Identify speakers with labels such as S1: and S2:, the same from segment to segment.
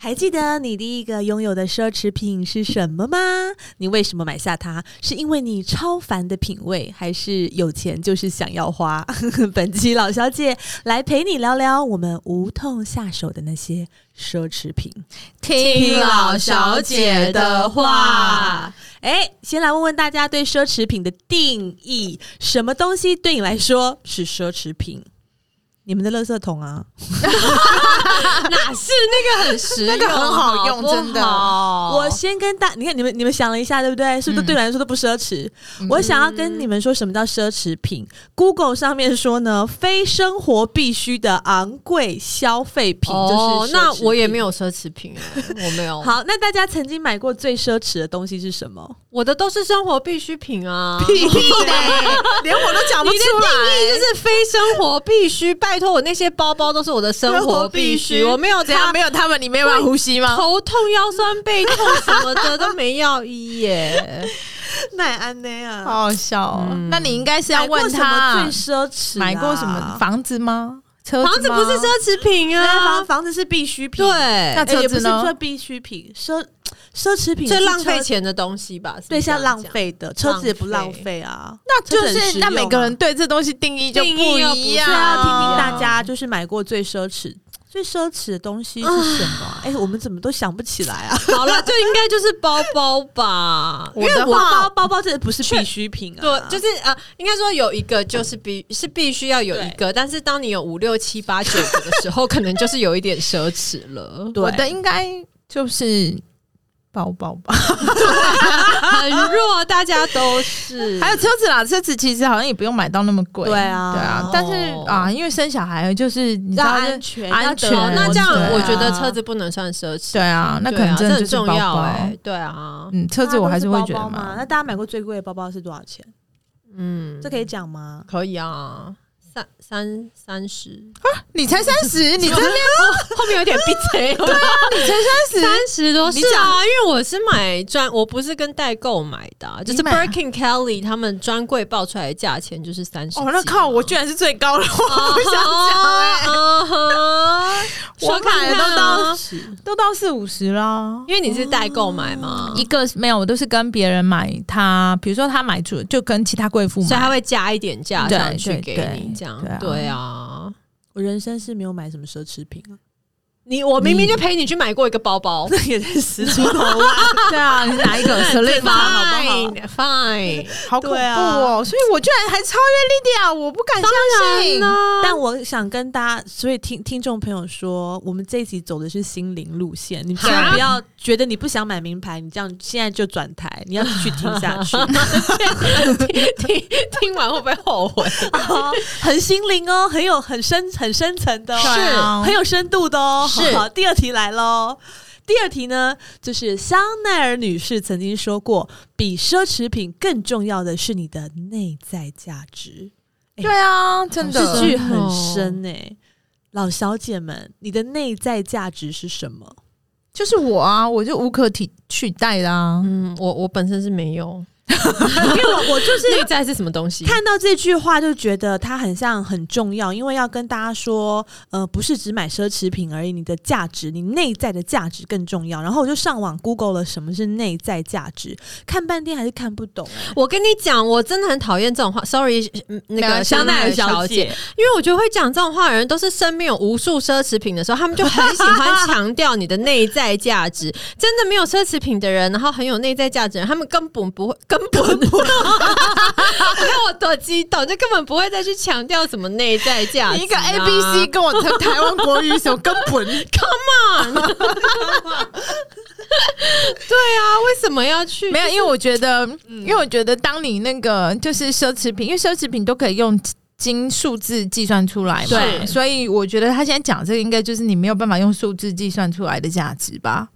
S1: 还记得你第一个拥有的奢侈品是什么吗？你为什么买下它？是因为你超凡的品味，还是有钱就是想要花？ 本期老小姐来陪你聊聊我们无痛下手的那些奢侈品。
S2: 听老小姐的话。
S1: 哎，先来问问大家对奢侈品的定义，什么东西对你来说是奢侈品？你们的垃圾桶啊，
S2: 哪是 那个很实用，
S3: 那个很好用
S2: 不
S3: 真的
S2: 哦
S1: 我先跟大，你看你们你们想了一下，对不对？
S2: 嗯
S1: 是不是都对你来说都不奢侈？我想要跟你们说，什么叫奢侈品？Google 上面说呢，非生活必需的昂贵消费品就是奢侈
S2: 哦
S1: 品，
S2: 那我也没。有奢侈品哎，我没 有。
S1: 好，那大家曾经买过最奢侈的东西是什 么？
S2: 我的都是生活必需品 啊。
S3: 屁嘞， 连我都讲
S2: 你
S3: 不
S2: 的
S3: 出
S2: 定义
S3: 来。
S2: 就是非生活必须，拜托我那些包包都是我的生活必须，我没有
S3: 怎样，
S2: 它
S3: 没有他们，你没有办法呼吸吗？
S2: 头痛、腰酸背痛什么的都没要医耶。
S1: 奈安奈啊
S3: 好好笑哦。那你应该是要问
S1: 买
S3: 他
S1: 过什么最奢侈、啊？
S3: 买过什么？房子吗？车
S2: 房子
S3: 吗
S2: 不是奢侈品
S1: 对啊
S2: 啊
S1: 房，房子是必需品，哎
S2: 对啊
S3: 那，车
S1: 也不
S3: 子
S1: 是
S3: 呢
S1: 说必需品，奢奢侈品
S2: 最
S1: 是
S2: 浪费
S1: 车，
S2: 钱的东西吧？
S1: 对，
S2: 是不
S1: 像
S2: 是这样
S1: 浪
S2: 讲。
S1: 费的，车子也不
S2: 浪
S1: 浪
S2: 费
S1: 费啊。
S3: 那就
S1: 车子很实
S3: 是
S1: 用啊
S3: 那每个人对这东西定义就
S2: 定义又不
S3: 一
S2: 一样
S3: 样。。
S1: 对啊啊，听听
S2: 呀
S1: 大家就是买过最奢侈、最奢侈的东西是什么啊？哎、我们怎么都想不起来啊！
S2: 好了，就应该就是包包吧
S3: 我的
S1: 包包
S3: 话，
S1: 包包这不是必需品啊，
S2: 对，就是呃，应该说有一个就是必是必须要有一个，但是当你有五六七八九个的时候，可能就是有一点奢侈 了，
S1: 对
S3: 我的应该就是包包吧，
S2: 很弱，大家都是。
S3: 还有车子啦。车子其实好像也不用买到那么贵。
S1: 对啊
S3: 对啊。但是
S2: 哦
S3: 啊，因为生小孩就是你知
S1: 要
S3: 道
S1: 安
S3: 就
S1: 全，
S3: 安
S1: 要
S3: 全
S1: 得
S2: 哦，那这样
S3: 对啊
S2: 我觉得车子不能算奢侈，
S3: 对啊，那可能
S2: 对
S3: 真
S2: 啊
S3: 的
S2: 这很
S3: 就是
S2: 重
S3: 包包
S2: 要。哎，对啊，
S3: 嗯，车
S1: 大家
S3: 子
S1: 啊都
S3: 我还是会觉
S1: 包包
S3: 得
S1: 嘛。
S3: 嘛
S1: 那，大家买过最贵的包包是多少钱？
S2: 嗯，
S1: 这可以讲吗？
S2: 可以啊，三三三十，
S3: 你才三十，你真 的
S2: 后面有点闭 嘴，
S3: 三十？
S2: 三十多
S3: 你
S2: 啊是啊，因为我是买专，我不是跟代购买的啊、就
S3: 你
S2: 是
S3: 买啊
S2: Birkin Kelly 他们专柜报出来的价钱就是三十。
S3: 哦，那靠，我居然是最高的，我不想讲哎，
S2: 讲哎，
S3: 我
S2: 说看
S3: 买的
S2: 看
S3: 都
S2: 啊
S3: 到
S1: 是
S3: 都到四五十啦。
S2: 因为你是代购买嘛，
S3: 一个没有，我都是跟别人买他，比如说他买主就跟其他贵妇
S2: 所以他
S3: 买，
S2: 会加一点价
S3: 对
S2: 上去
S3: 对
S2: 给
S3: 对
S2: 你，这样
S3: 对啊
S2: 对啊。
S1: 我人生是没有买什么奢侈品啊，
S2: 你我明明就陪你去买过一个包包，
S1: 那也在十出头万。
S3: 对啊，你是哪一个？舍利吗？
S1: 好不好
S2: Fine, Fine，
S3: 好恐怖
S1: 对啊
S3: 哦！所以我居然还超越莉迪亚，啊我不敢相信。
S1: 但我想跟大家，所以听听众朋友说，我们这一集走的是心灵路线，你千万
S3: 哈
S1: 不要觉得你不想买名牌，你这样现在就转台，你要继续听下 去。
S2: 听听完会不会后悔？
S1: 哦很心灵哦，很有很深很深层的、哦，
S3: 是啊
S1: 很有深度的哦。
S2: 是
S1: 好，第二题来喽。第二题呢，就是香奈儿女士曾经说过，比奢侈品更重要的是你的内在价值。
S3: 对啊，真的
S1: 这
S2: 是
S1: 句
S2: 真的
S1: 很
S2: 哦
S1: 深哎、老小姐们，你的内在价值是什么？
S3: 就是我啊，我就无可替取代的啊。
S2: 嗯，我我本身是没有，
S1: 因为我我就是
S2: 内在是什么东西？
S1: 看到这句话就觉得它很像很重要，因为要跟大家说，呃，不是只买奢侈品而已，你的价值，你内在的价值更重要。然后我就上网 Google 了什么是内在价值，看半天还是看不懂、欸。
S2: 我跟你讲，我真的很讨厌这种话。Sorry，嗯那
S3: 没关
S2: 个
S3: 系
S2: 香奈儿小姐，，因为我觉得会讲这种话的人，都是身边有无数奢侈品的时候，他们就很喜欢强调你的内在价值。真的没有奢侈品的人，然后很有内在价值的人，他们根本不会，根 本 不，你看我多激动，就根本不会再去强调什么内在价值啊、
S3: 你一个 A B C 跟我台台湾国语什么根本
S2: 对啊，为什么要 去？
S3: 没有，因为我觉得，因为我觉得，当你那个就是奢侈品，因为奢侈品都可以用金数字计算出来嘛，
S2: 对
S3: 所以我觉得他现在讲这个，应该就是你没有办法用数字计算出来的价值吧，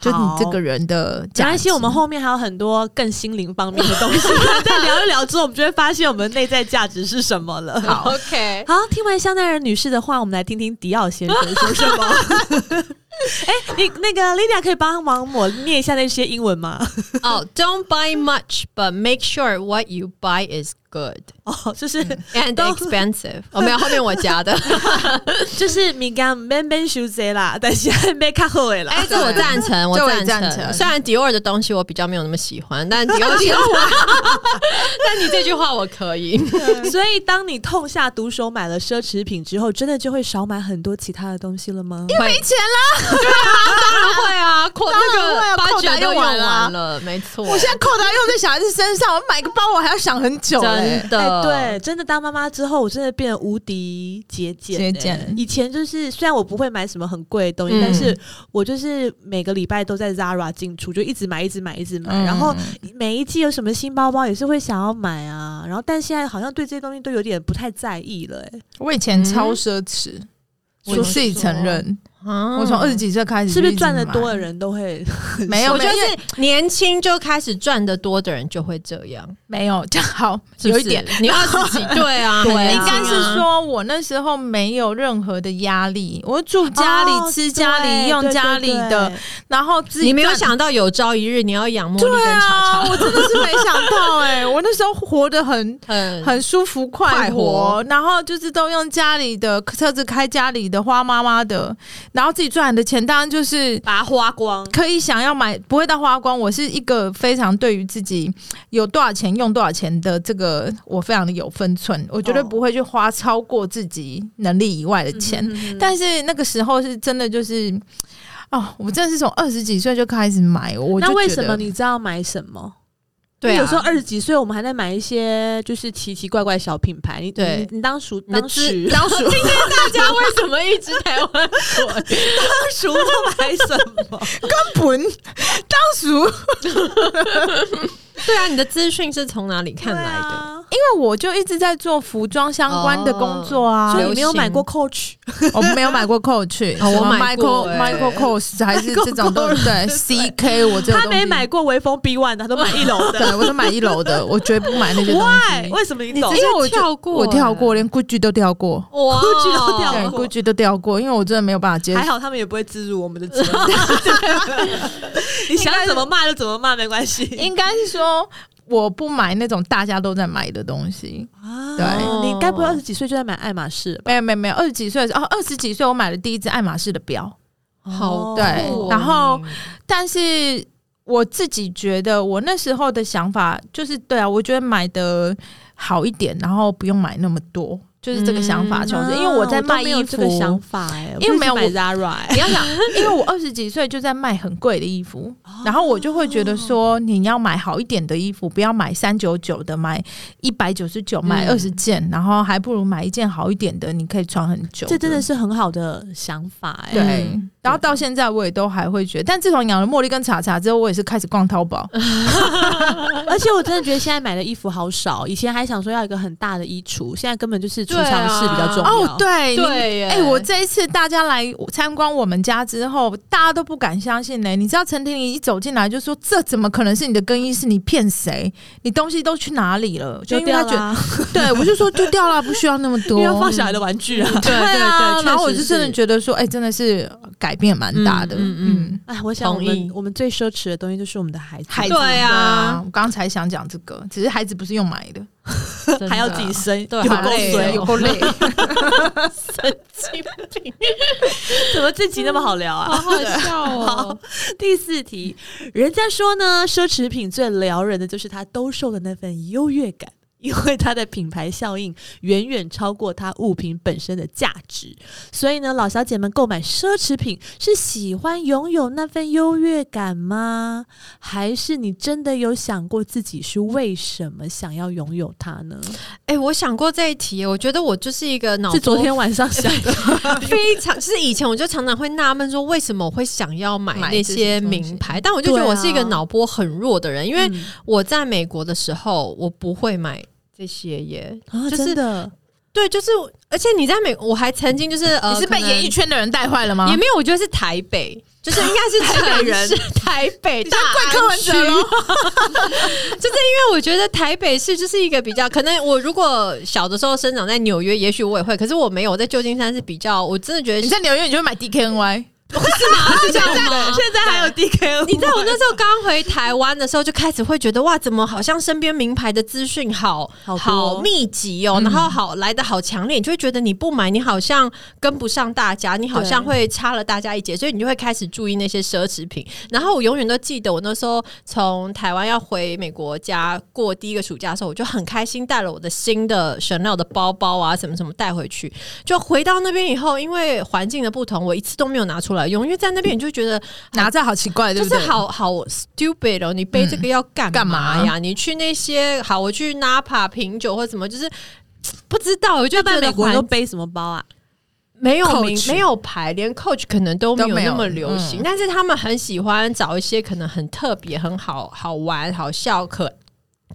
S3: 就你这个人的
S1: 没
S3: 价
S1: 关系，
S3: 值。
S1: 我们后面还有很多更心灵方面的东 西，再聊一聊之后，我们就会发现我们内在价值是什么了。好，
S2: OK，
S1: 好，听完香奈儿女士的话，我们来听听迪奥先生说什么。哎、你那个 Lydia 可以帮忙我念一下那些英文吗？
S2: Oh, 哦、d o n t buy much, but make sure what you buy is good
S1: 哦，就是、
S2: and
S1: 都
S2: expensive。哦，没有，后面我加的。
S1: 就是米干 man man shoes 啦，但是没看后尾啦。
S2: 哎，这我赞成，我
S3: 这我也
S2: 赞成。
S3: 赞成
S2: 虽然迪奥的东西我比较没有那么喜欢，但迪奥的 但你这句话我可以。
S1: 哎所以，当你痛下毒手买了奢侈品之后，真的就会少买很多其他的东西了吗？
S2: 会
S3: 没钱啦！
S2: 当然会 啊，扣
S3: 当然
S2: 那
S3: 会
S2: 个
S3: 啊
S2: 八
S3: 扣
S2: 折
S3: 打
S2: 都
S3: 用
S2: 用
S3: 完了
S2: 完了，没错。
S3: 我现在扣它用在小孩子身上，我买个包我还要想很久、欸。
S2: 真的、啊
S1: 哎，对，真的当妈妈之后，我真的变得无敌节俭、
S3: 节
S1: 欸。
S3: 俭
S1: 以前就是，虽然我不会买什么很贵的东西，
S2: 嗯
S1: 但是我就是每个礼拜都在 Zara 进出，就一直买，一直买，一直买。
S3: 嗯
S1: 然后每一季有什么新包包，也是会想要买啊。然后，但现在好像对这些东西都有点不太在意了、欸。
S3: 我以前超奢侈，
S2: 嗯
S3: 我自己承认，
S2: 啊
S3: 我从二十几岁开始
S1: 是不
S3: 就是一直
S1: 赚的多
S3: 买
S1: 的？人都会？
S3: 没有，
S2: 我
S3: 没
S2: 觉
S3: 有
S2: 得是年轻就开始赚得多的人就会这样，
S3: 没有，这样好
S2: 是不
S3: 有
S2: 是
S3: 一点。，
S2: 你二十几， 对啊，
S1: 对啊
S2: 很
S3: 应
S2: 年轻啊
S3: 该是说，我那时候没有任何的压力，我住家里、
S1: 哦
S3: 吃家里、
S1: 对
S3: 用
S1: 对
S3: 家里
S1: 对
S3: 的，然后自己
S2: 你没有
S3: 赚
S2: 想到有朝一日你要养茉莉
S3: 对
S2: 跟
S3: 啊
S2: 茶， 茶，
S3: 我真的是没想到哎、我那时候活得很
S2: 很
S3: 很舒服快
S2: 快活
S3: 活，然后就是都用家里的车子开家里的花妈妈的，然后自己赚的钱当然就是
S1: 把它花光。
S3: 可以想要买，不会到花光。我是一个非常对于自己有多少钱用多少钱的这个，我非常的有分寸，我绝对
S1: 哦
S3: 不会去花超过自己能力以外
S1: 嗯
S3: 的钱。但是那个时候是真的就是。哦，我真的是从二十几岁就开始买，我就
S1: 那为
S3: 觉
S1: 什
S3: 得
S1: 么你知道买什么？
S2: 对
S1: 因为
S2: 啊，
S1: 有时候二十几岁，我们还在买一些就是奇奇怪怪小品牌。你
S2: 对
S1: 你你当属
S2: 你的
S1: 当
S2: 知
S1: 时
S2: 当属，今天大家为什么一直台湾？
S1: 当属都买什 么？
S3: 本当属，因
S2: 对啊，你的资讯是从哪里看来的？
S1: 的，
S3: 为我就一直在做服装相关的工作 啊，
S1: 所以
S2: 流
S1: 你没有买
S2: 行
S1: 过 Coach，
S3: 我没有买过 Coach，
S2: 哦我
S3: 什么
S2: 买过
S3: Michael
S2: 欸
S3: Michael Kors 还是这种都
S1: Michael Kors，
S3: 哎 对 CK，我这个
S1: 他
S3: 东西
S1: 没买，过微风 B One 的，他都买一楼 的。
S3: 对我都买一楼的，我绝不买那些东
S1: Why？
S3: 西。
S1: 为什么你
S2: 你
S1: 懂
S2: 直
S3: 因
S2: 接
S3: 为我就
S2: 跳过
S3: 我跳
S2: 欸
S3: 过，连 Gucci 都跳过，
S2: 哇
S1: Gucci 都掉
S3: 对
S1: 了
S3: Gucci 都跳过，因为我真的没有办法接受
S1: 还。好他们也不会资助我们的节目， 你想怎么骂就怎么骂，没关系。
S3: 应该是说我不买那种大家都在买的东西。
S1: 啊
S3: 对
S1: 你该不会二十几岁就在买爱马仕了吧？
S3: 没有没有没有，二十几岁的时候，哦，二十几岁我买了第一只爱马仕的表，
S2: 好
S3: 对
S2: 酷哦
S3: 然后但是我自己觉得，我那时候的想法就是，对啊，我觉得买的好一点，然后不用买那么多，就是这个想法
S2: 嗯
S3: 从此、
S1: 啊
S3: 因为我在卖
S1: 都没有
S3: 衣
S1: 这
S3: 服，
S1: 个想法哎，
S3: 因为没有
S1: 我一直买 Zara，哎
S3: 你要想，因为我二十几岁就在卖很贵的衣服，然后我就会觉得说，你要买好一点的衣服，不要买三九九的，买一百九十九，买
S2: 嗯
S3: 二十件，然后还不如买一件好一点的，你可以穿很久。
S1: 这真的。是很好的想法哎、
S3: 对
S2: 嗯，
S3: 然后到现在我也都还会觉得，但自从养了茉莉跟茶茶之后，我也是开始逛淘宝，
S2: 嗯
S1: 而且我真的觉得现在买的衣服好少，以前还想说要一个很大的衣橱，现在根本就是储藏室比较重要。
S3: 哦，对你
S2: 对耶，
S3: 哎、我这一次大家来参观我们家之后，大家都不敢相信嘞、你知道陈婷怡一走进来就说：“这怎么可能是你的更衣室？你骗谁？你东西都去哪里了？”
S1: 就
S3: 就因为他
S1: 掉
S3: 觉得，
S1: 啦，
S3: 对我就说丢掉了，不需要那么多。
S1: 因为要放小孩的玩具啊。
S2: 对对
S3: 啊
S2: 对，
S3: 然后我
S2: 确
S3: 就
S2: 实
S3: 真的
S2: 是
S3: 觉得说，哎、真的是改变蛮大的。
S2: 嗯
S3: 嗯
S2: 嗯嗯
S1: 哎，我想我
S2: 同意
S1: 们我们最奢侈的东西就是我们的孩子，
S3: 孩子
S2: 对啊
S3: 我刚才想讲这个，只是孩子不是用买的，
S2: 真的
S1: 还要自己生，
S2: 对
S1: 有
S2: 好
S1: 够
S2: 累
S1: 衰
S2: 哦
S3: 有，够 累。
S2: 神经病，
S1: 怎么这集那么好聊啊？
S2: 好好笑
S1: 好
S2: 哦！，
S1: 第四题，人家说呢，奢侈品最撩人的就是它兜售的那份优越感。因为它的品牌效应远远超过它物品本身的价值，所以呢，老小姐们购买奢侈品是喜欢拥有那份优越感吗？还是你真的有想过自己是为什么想要拥有它呢？
S2: 哎、我想过这一题，我觉得我就是一个脑
S1: 是
S2: 波
S1: 昨天晚上想的，
S2: 非常，就是以前我就常常会纳闷说，为什么我会想要买
S3: 买
S2: 那
S3: 这
S2: 些
S3: 些东西
S2: 名牌？但我就觉得
S1: 对啊
S2: 我是一个脑波很弱的人， 因为
S1: 嗯
S2: 我在美国的时候，我不会买这些耶。
S1: 啊，
S2: 就是
S1: 真的，
S2: 对，就是，而且你在美，我还曾经就是呃，
S3: 你是被
S2: 可能
S3: 演艺圈的人带坏了吗？
S2: 也没有，我觉得是台北，就是应该 是台北人，台北大安
S3: 怪柯文哲
S2: 区
S3: 咯
S2: 就是因为我觉得台北市就是一个比较，可能我如果小的时候生长在纽约，也许我也会，可是我没有，我在旧金山是比较，我真的觉得 啊
S3: 你在纽约，你就会买 DKNY。
S2: 是这样吗？
S1: 现在还有 DK，
S2: 你知道我那时候刚回台湾的时候，就开始会觉得哇，怎么好像身边名牌的资讯好
S1: 好多嗯
S2: 密集哦，然后好来的好强烈，你就会觉得你不买，你好像跟不上大家，你好像会差了大家一截，所以你就会开始注意那些奢侈品。然后我永远都记得，我那时候从台湾要回美国家过第一个暑假的时候，我就很开心，带了我的新的 Chanel 的包包啊，什么什么带回去。就回到那边以后，因为环境的不同，我一次都没有拿出来用，因为在那边你就觉得
S3: 拿在好奇怪，对
S2: 就
S3: 不
S2: 是
S3: 对？
S2: 好好 stupid 哦，你背这个要干
S3: 干
S2: 嘛
S3: 嘛
S2: 呀？你去那些好，我去 Napa 品酒或什么，就是不知道，我就
S1: 要不
S2: 觉
S1: 然
S2: 得
S1: 美国人都
S2: 环
S1: 背什么包啊？
S2: 没有
S3: Coach
S2: 名没有牌，连 Coach 可能都没
S3: 都
S2: 有
S3: 没有
S2: 那么流行，
S3: 嗯
S2: 但是他们很喜欢找一些可能很特别、很好好玩、好笑、可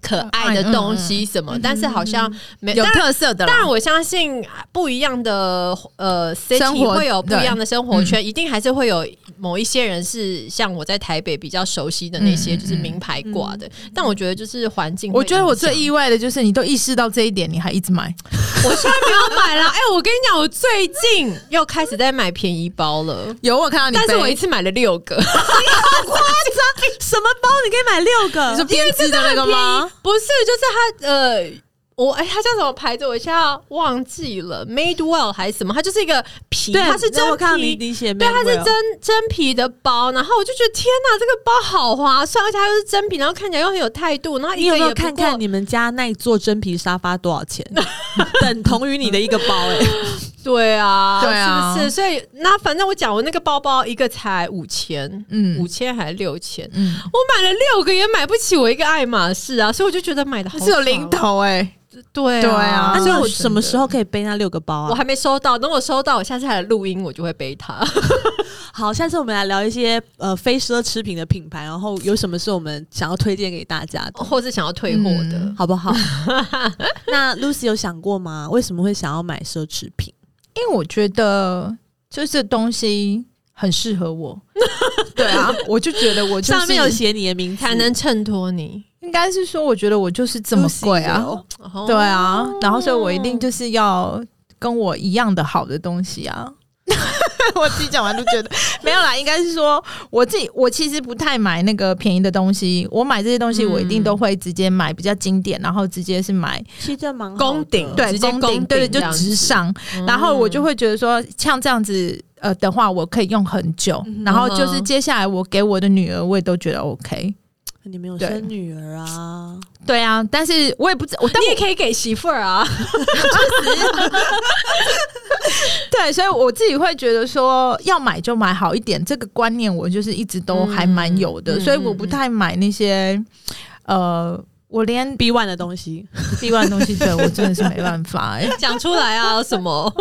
S2: 可爱的东西什么，但是好像没
S3: 有
S2: 当然
S3: 特色的
S2: 当
S3: 啦
S2: 然，。我相信不一样的呃 city
S3: 活
S2: 会有不一样的生活
S3: 对
S2: 圈，一定还是会有某一些人是像我在台北比较熟悉的那些，
S3: 嗯嗯
S2: 就是名牌挂的。但嗯我觉得就是环境会
S3: 我
S2: 影响，
S3: 觉得我最意外的就是你都意识到这一点，你还一直买。
S2: 我现在没有买 了。哎、我跟你讲，我最近又开始在买便宜包了，
S3: 有啊我有看到你背，
S2: 但是我一次买了六个。
S1: 什么包你可以买六
S3: 你
S1: 个？
S3: 是编织的那个吗？
S2: 不是，就是它呃。我哎、它叫什么牌子？我现在忘记了，Madewell 还是什么？它就是一个皮，
S1: 对，
S2: 它是真
S1: 然后我看到
S2: 皮
S1: 你你写，
S2: 对，它是真真皮的包，然后我就觉得天哪，这个包好划算，而且它又是真皮，然后看起来又很有态度，然后
S1: 你
S2: 一
S1: 有
S2: 个
S1: 没有
S2: 也不
S1: 看
S2: 过
S1: 看你们家那一座真皮沙发多少钱？等同于你的一个包哎、
S2: 对啊，
S3: 对啊
S2: 是不是？所以那反正我讲，我那个包包一个才五千，
S3: 嗯
S2: 五千还是六千，
S3: 嗯，
S2: 我买了六个也买不起我一个爱马仕啊，所以我就觉得买的好
S3: 是有
S2: 爽
S3: 零，头哎、
S2: 对
S3: 对啊
S1: 那
S2: 所
S1: 你
S2: 以
S1: 有
S2: 我
S1: 什么时候可以背那六个包
S2: 我
S1: 啊？
S2: 还没收到，等我收到，我下次还来录音，我就会背它。
S1: 好，下次我们来聊一些呃非奢侈品的品牌，然后有什么是我们想要推荐给大家的，
S2: 或是想要退货的。
S3: 嗯
S1: 好不好？那 Lucy 有想过吗？为什么会想要买奢侈品？
S3: 因为我觉得就是这东西很适合我。 对啊， 我就觉得我就是
S1: 上面有写你的名字，
S2: 才能衬托你，
S3: 应该是说，我觉得我就是这么贵啊，
S1: Lucy 有
S2: 哦
S3: 对啊，然后所以我一定就是要跟我一样的好的东西啊。 我自己讲完就觉得 没有啦，应该是说我自己，我其实不太买那个便宜的东西，我买这些东西我一定都会直接买比较经典，然后直接是买
S1: 其实这蛮好的
S2: 攻顶
S3: 对
S2: 直接
S3: 攻
S2: 攻
S3: 顶，
S2: 顶
S3: 对对，
S2: 这
S3: 就
S2: 样
S3: 直
S2: 子
S3: 上，
S2: 哦
S3: 然后我就会觉得说，像这样子呃的话，我可以用很久，然后就是接下来我给我的女儿，我也都觉得 OK。
S1: 你们有
S3: 对
S1: 生女儿啊？
S3: 对啊，但是我也不知我，但
S2: 嗯你
S3: 我
S2: 也可以给媳妇儿啊，
S3: 对，所以我自己会觉得说，要买就买好一点，这个观念我就是一直都还蛮有的，
S2: 嗯
S3: 所以我不太买那些，呃，我 连
S1: B one 的东西，
S3: B one 东西，对我真的是没办法、欸。嗯
S2: 讲出来啊，什么？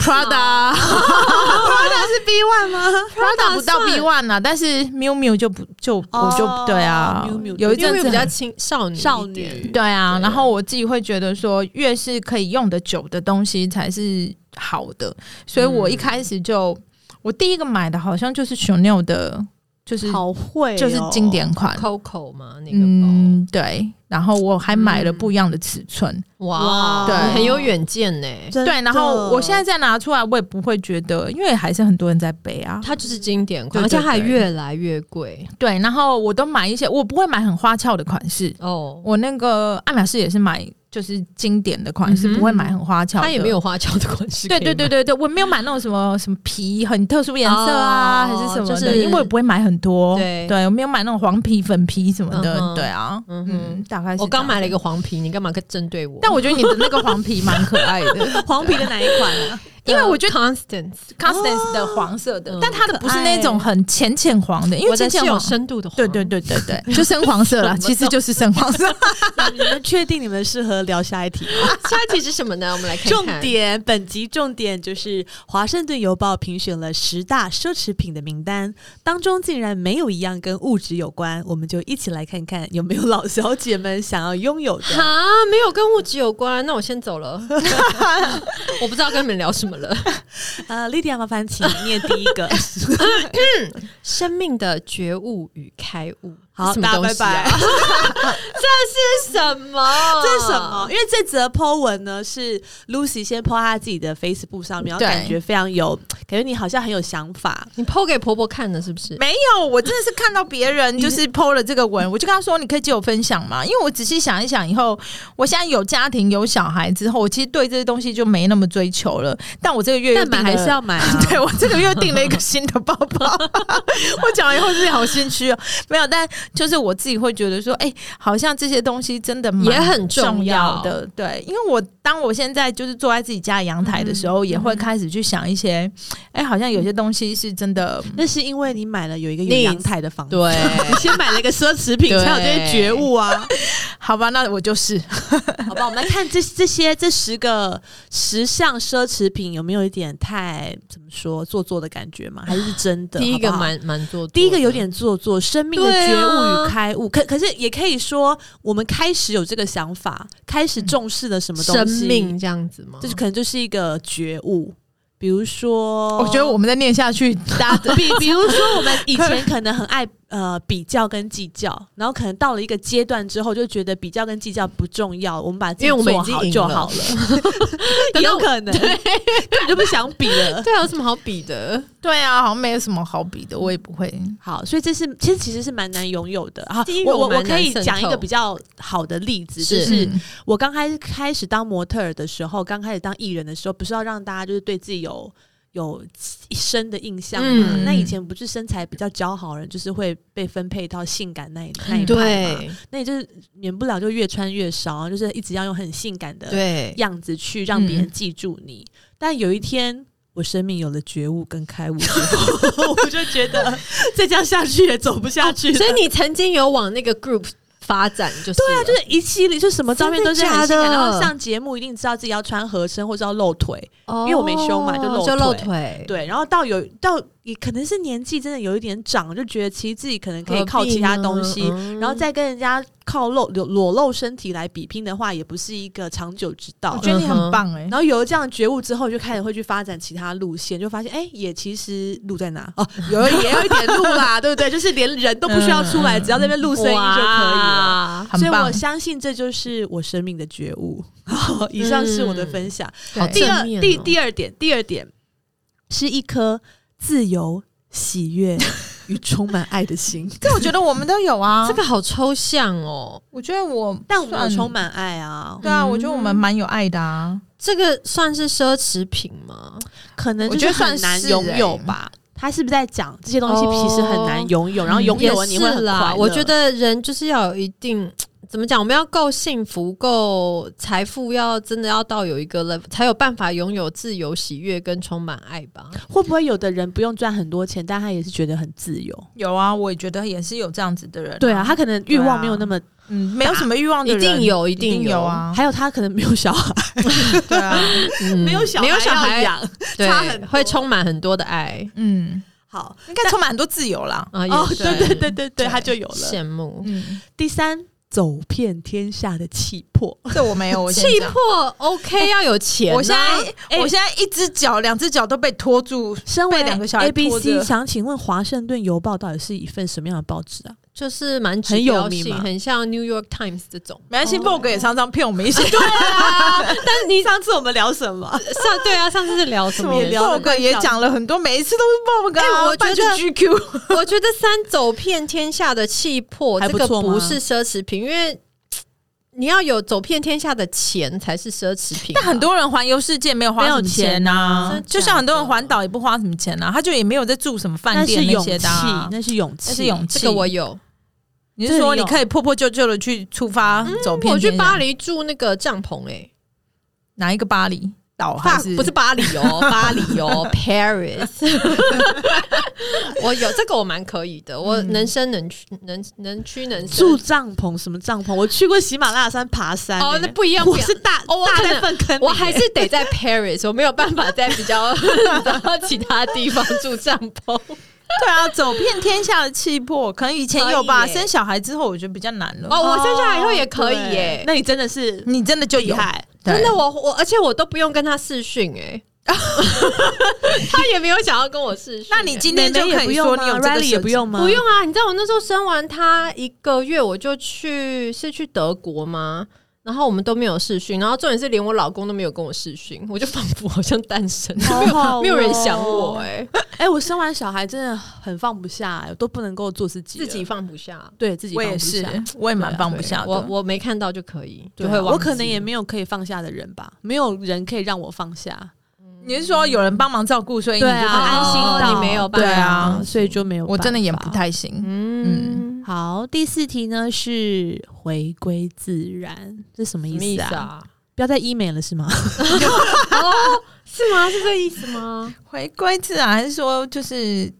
S3: Prada，Prada
S2: 哦
S3: 是 B one 吗？Prada 不到
S2: 算
S3: B one 啊，但是 Miu Miu 就不就我
S1: 哦
S3: 就对啊
S1: Miu Miu，
S3: 有一
S2: 因
S3: 阵
S2: 为
S3: 子
S2: 比较
S3: 很
S2: 青少女一点
S1: 少女
S3: 对啊，
S2: 对
S3: 然后我自己会觉得说，越是可以用得久的东西才是好的，所以
S2: 嗯
S3: 我一开始就、我第一个买的好像就是 Chanel 的，就是
S1: 好会哦、
S3: 就是经典款，
S2: Coco 嘛，那个包，嗯
S3: 嗯，对。然后我还买了不一样的尺寸，
S2: 哇，
S1: 对
S2: 你很有远见呢。
S1: 真的，，
S3: 对。然后我现在再拿出来，我也不会觉得，因为还是很多人在背啊。
S2: 它就是经典款，
S3: 对
S2: 而
S3: 对
S2: 且它还越来越贵
S3: 对，然后我都买一些，我不会买很花俏的款式。
S2: 哦。
S3: 我那个爱马仕也是买，就是经典的款式，
S2: 嗯哼
S3: 不会买很花俏的。
S2: 它也没有花俏的款式可以
S3: 对
S2: 买，
S3: 对对对对，我没有买那种什么什么皮很特殊颜色啊，
S2: 哦
S3: 还是什么
S2: 就
S3: 的，
S2: 是
S3: 因为我不会买很多。
S2: 对
S3: 我没有买那种黄皮、粉皮什么的。
S2: 嗯哼
S3: 对啊，
S2: 嗯
S3: 嗯
S2: 哼
S3: 大概是
S2: 我刚买了一
S3: 个，
S2: 个黄皮，你干嘛针对我？
S3: 但我觉得你的那个黄皮蛮可爱的
S1: 黄皮的哪一款 啊？
S3: 因为我觉得。
S2: Constance，
S3: Constance 的黄色的，
S2: 嗯
S3: 哦但它的不是那种很浅浅黄的，因
S2: 我
S3: 为
S2: 的
S3: 浅
S2: 是
S3: 浅
S2: 有
S3: 黄，
S2: 深度的黄，
S3: 对对对对对，就深 黄色啦，其实就是深黄色。
S1: 啊你们确定你们适合聊下一题 吗？
S2: 啊。下一题是什么呢？我们来看看
S1: 重点，本集重点就是《华盛顿邮报》评选了十大奢侈品的名单，当中竟然没有一样跟物质有关，我们就一起来看看有没有老小姐们想要拥有 的。
S2: 哈，没有跟物质有关，那我先走了。我不知道跟你们聊什么了。
S1: 呃，莉迪亚，麻 烦请念第一个。
S2: 生命的觉悟与开悟，
S1: 好，
S2: 什么
S1: 大家
S2: 东
S1: 拜
S2: 西啊
S1: 拜。
S2: 是什 么？
S1: 这是什么？？
S2: 嗯
S1: 因为这则 po 文呢是 Lucy 先 po 她自己的 Facebook 上面，然后
S3: 对
S1: 感觉非常有，感觉你好像很有想法。
S2: 你剖给婆婆看的，是不是？
S3: 没有，我真的是看到别人就是
S2: 嗯
S3: PO 了这个文，我就跟他说：“你可以借我分享嘛。”因为我仔细想一想，以后我现在有家庭、有小孩之后，我其实对这些东西就没那么追求了。但我这个月又
S1: 但买
S3: 订了。
S1: 还是要买 啊
S3: 对我这个月订了一个新的包包， 我讲完以后自己好心虚哦。没有，但就是我自己会觉得说，哎、好像这些东西真的蛮
S2: 也很重
S3: 重
S2: 要
S3: 要的。对，因为我当我现在就是坐在自己家阳台的时
S2: 嗯
S3: 候，也会开始去想一些，哎、好像有些东西是真的。
S1: 那是因为你买了有一个有
S2: 嗯你
S1: 阳台的房子，
S2: 对，
S1: 你先买了一个奢侈 品，
S2: 对
S1: 才有这些觉悟啊。
S3: 好吧，那我就是
S1: 好吧，我们来看这这些这十个时尚奢侈品有没有一点太怎么说做作的感觉吗？还是真的？
S2: 第一个
S1: 好不好
S2: 蛮蛮做作的，
S1: 第一个有点做作，生命的
S2: 对啊
S1: 觉悟与开悟。可可是也可以说，我们开始有这个想法，开始重视了什么东
S2: 嗯生
S1: 西，
S2: 命这样子吗？
S1: 就是可能就是一个觉悟。比如说，
S3: 我觉得我们再念下去，大家
S1: 比 比如说，我们以前可能很爱呃比较跟计较，然后可能到了一个阶段之后，就觉得比较跟计较不重要，我们把自己
S2: 因为我们
S1: 做
S2: 已经
S1: 好
S2: 赢
S1: 就
S2: 了
S1: 好了。
S2: 等
S1: 也有
S2: 到
S1: 可 能，根本就不想比了。
S2: 对啊，有什么好 比的？
S3: 对啊，好像没有什么好比的，我也不会。
S1: 好，所以这是其实其实是蛮难拥有的啊。
S2: 第一个
S1: 我我
S2: 我蛮
S1: 我可以
S2: 难渗
S1: 讲一
S2: 透
S1: 个比较好的例子，
S2: 是
S1: 就是
S3: 嗯
S1: 我刚开开始当模特儿的时候，刚开始当艺人的时候，不是要让大家就是对自己有有一深的印象吗？
S2: 嗯
S1: 那以前不是身材比较姣好的人，就是会被分配到性感那一那一派嘛？
S2: 嗯对
S1: 那也就是免不了就越穿越少，然后就是一直要用很性感的
S2: 对，
S1: 样子去让别人
S3: 嗯
S1: 记住你。但有一天。我生命有了觉悟跟开悟之 后，我就觉得再这样下去也走不下去了。
S2: 所以你曾经有往那个 group 发展，就是对啊，
S1: 就。是一系列，就什么照片都是很性
S2: 真
S1: 感，
S2: 的假的
S1: 然后上节目一定知道自己要穿合身或者要露腿，
S2: 哦
S1: 因为我没胸嘛就露
S2: 就露
S1: 腿
S2: 腿，
S1: 对。然后到有到也可能是年纪真的有一点长，就觉得其实自己可能可以
S2: 何必
S1: 靠其他
S2: 呢
S1: 东西，
S2: 嗯
S1: 然后再跟人家靠露裸裸露身体来比拼的话，也不是一个长久之道。嗯
S3: 我觉得你很棒哎、
S1: 然后有了这样的觉悟之后，就开始会去发展其他路线，就发现哎、也其实路在哪哦，有也有一点路 啦，对不对？就是连人都不需要出来，
S3: 嗯嗯
S1: 只要在那边录声音就可以了。
S2: 哇
S3: 很
S1: 所以我
S3: 棒
S1: 相信这就是我生命的觉悟。 好以上是我的分享。
S3: 对
S2: 好
S1: 第
S2: 正
S1: 二
S2: 面哦
S1: 第第二点，第二点是一颗自由、喜 悦与充满爱的心。
S3: 这我觉得我们都有啊。
S2: 这个好抽象哦，
S3: 我觉得我，
S1: 但我们有
S3: 算
S1: 充满爱啊，
S3: 对啊，我觉得我们蛮有爱的啊。
S2: 这个算是奢侈品吗？
S1: 可能就
S3: 我觉得算
S1: 很难
S3: 嗯是
S1: 拥有
S3: 欸
S1: 吧。哦他是不是在讲这些东西其实很难拥有，然后
S3: 嗯
S1: 拥
S2: 也
S1: 有了啊你会
S2: 是
S1: 很快
S2: 啦，
S1: 乐
S2: 我觉得人就是要有一定怎么讲，我们要够幸福、够财富，要真的要到有一个 level，才有办法拥有自由、喜悦跟充满爱 吧。
S1: 会不会有的人不用赚很多钱，但他也是觉得很自由？
S3: 有啊，我也觉得也是有这样子的人、
S1: 对啊，，他可能欲
S3: 对啊
S1: 望没有那么，
S3: 嗯，没有什么欲望的
S2: 一
S3: 人，
S2: 定有，一
S3: 一定
S2: 有
S3: 有，啊，
S1: 还有他可能没有小孩，
S3: 对啊，
S2: 嗯没有小孩，
S1: 养，差很
S2: 对，
S1: 多
S2: 会充满很多的爱
S3: 嗯，
S1: 好
S3: 应该充满很多自由啦。
S2: 啊。
S1: 哦，
S2: 也是
S1: 对对对对对，
S3: 对
S1: 他就有了。
S2: 羡慕。
S3: 嗯，
S1: 第三，走遍天下的气魄。
S3: 嗯这我没有，我先
S2: 气
S3: 讲。
S2: 魄 OK 要有钱啊，
S3: 我现在，
S1: 哎
S3: 我现在一只脚、两只脚都被拖住，
S1: 身为
S3: 被两个小孩
S1: A B
S3: 拖
S1: C，
S3: 着
S1: 想请问《华盛顿邮报》到底是一份什么样的报纸啊？
S2: 就是蛮指
S1: 很有
S2: 标
S1: 名
S2: 性
S1: 嘛
S2: 很像 New York Times 这 种。
S3: 没关系，Vogue 也常常骗我们一 些
S1: 但是你 上次我们聊什么？
S2: 上对啊，上次是聊什么
S1: 也
S2: 也
S1: 聊得
S3: ，Vogue 也讲了很多，每一次都是 Vogue 啊，
S2: 哎我觉得
S3: 不然就 GQ
S2: 我觉得三走遍天下的气魄，
S1: 还
S2: 这
S1: 不
S2: 个
S1: 错吗
S2: 不是奢侈品，因为嘖你要有走遍天下的钱才是奢侈品吧。 啊
S3: 但很多人环游世界没有花什么钱
S1: 没有钱啊
S3: 呐
S2: 真，的
S3: 就像很多人
S2: 假的
S3: 环岛也不花什么钱呐，他就也没有在住什么饭
S1: 那是
S3: 店
S1: 勇
S3: 些
S1: 气
S3: 的啊。，
S1: 那是勇气，
S3: 那是勇气
S2: 这个我有，
S3: 你
S1: 这
S3: 是
S1: 里
S3: 说你
S1: 有
S3: 可以破破旧旧的去出发走遍？
S2: 我去巴，黎住那个帐篷、欸，
S3: 哪一个巴黎岛
S2: 哎，
S3: 还
S2: 法
S3: 是
S2: 不是巴黎 哦，巴黎哦，Paris。我有这个，我蛮可以的，我能伸能屈，能能屈能伸。
S1: 嗯住帐篷什么帐篷？我去过喜马拉雅山爬山、
S2: 哦
S1: 欸，
S2: 那不一样不
S1: 我
S2: 一样
S1: 是大
S2: 哦我
S1: 大
S2: 可
S1: 在
S2: 能
S1: 粪坑里欸，
S2: 我还是得在 Paris，我没有办法在比较 然后其他地方住帐篷。
S3: 对啊，走遍天下的气魄，可能以前有吧。
S2: 可以耶
S3: 生小孩之后，我觉得比较难了。
S2: 哦，我生下来以后也可以
S1: 哦
S2: 耶、
S1: 对那你真的是
S3: 你真的就
S1: 厉
S3: 有
S1: 害，
S2: 真
S3: 对
S2: 的我我而且我都不用跟他视讯哎、他也没有想要跟我试训。
S3: 那你今天
S1: 妹
S3: 就
S1: 妹也
S3: 可
S1: 不
S3: 以
S1: 用
S3: 说你
S1: 吗
S3: 有这个
S1: Riley 也
S3: 设
S1: 不
S3: 计
S1: 用吗？
S2: 不用啊，你知道我那时候生完他一个月，我就去是去德国吗？然后我们都没有试训，然后重点是连我老公都没有跟我试训，我就仿佛好像单身，
S1: 好好哦
S2: 没有人想我哎、
S1: 哎、我生完小孩真的很放不下、我都不能够做自己了，
S2: 自己放不下，
S1: 对自己
S3: 我
S1: 放
S3: 也
S1: 不
S3: 是
S1: 下，
S3: 我也蛮放不
S2: 啊对啊
S3: 下的。
S2: 我我没看到就可以，
S1: 对啊
S2: 就会忘记
S1: 我可能也没有可以放下的人吧，没有人可以让我放下，
S3: 你是说有人帮忙照顾，所以你就
S1: 对啊
S3: 觉得
S1: 安心
S3: 哦
S1: 到
S2: 你没有办法
S3: 对啊
S1: 嗯，所以就没有办法。
S3: 我真的也不太行。
S2: 嗯，
S1: 好。第四题呢是回归自然，这什么
S2: 什么
S1: 意
S2: 意
S1: 思
S2: 思
S1: 啊？
S2: 啊？
S1: 不要再医美了是吗？
S2: 哦，是吗？是这意思吗？
S3: 回归自然，还是说就是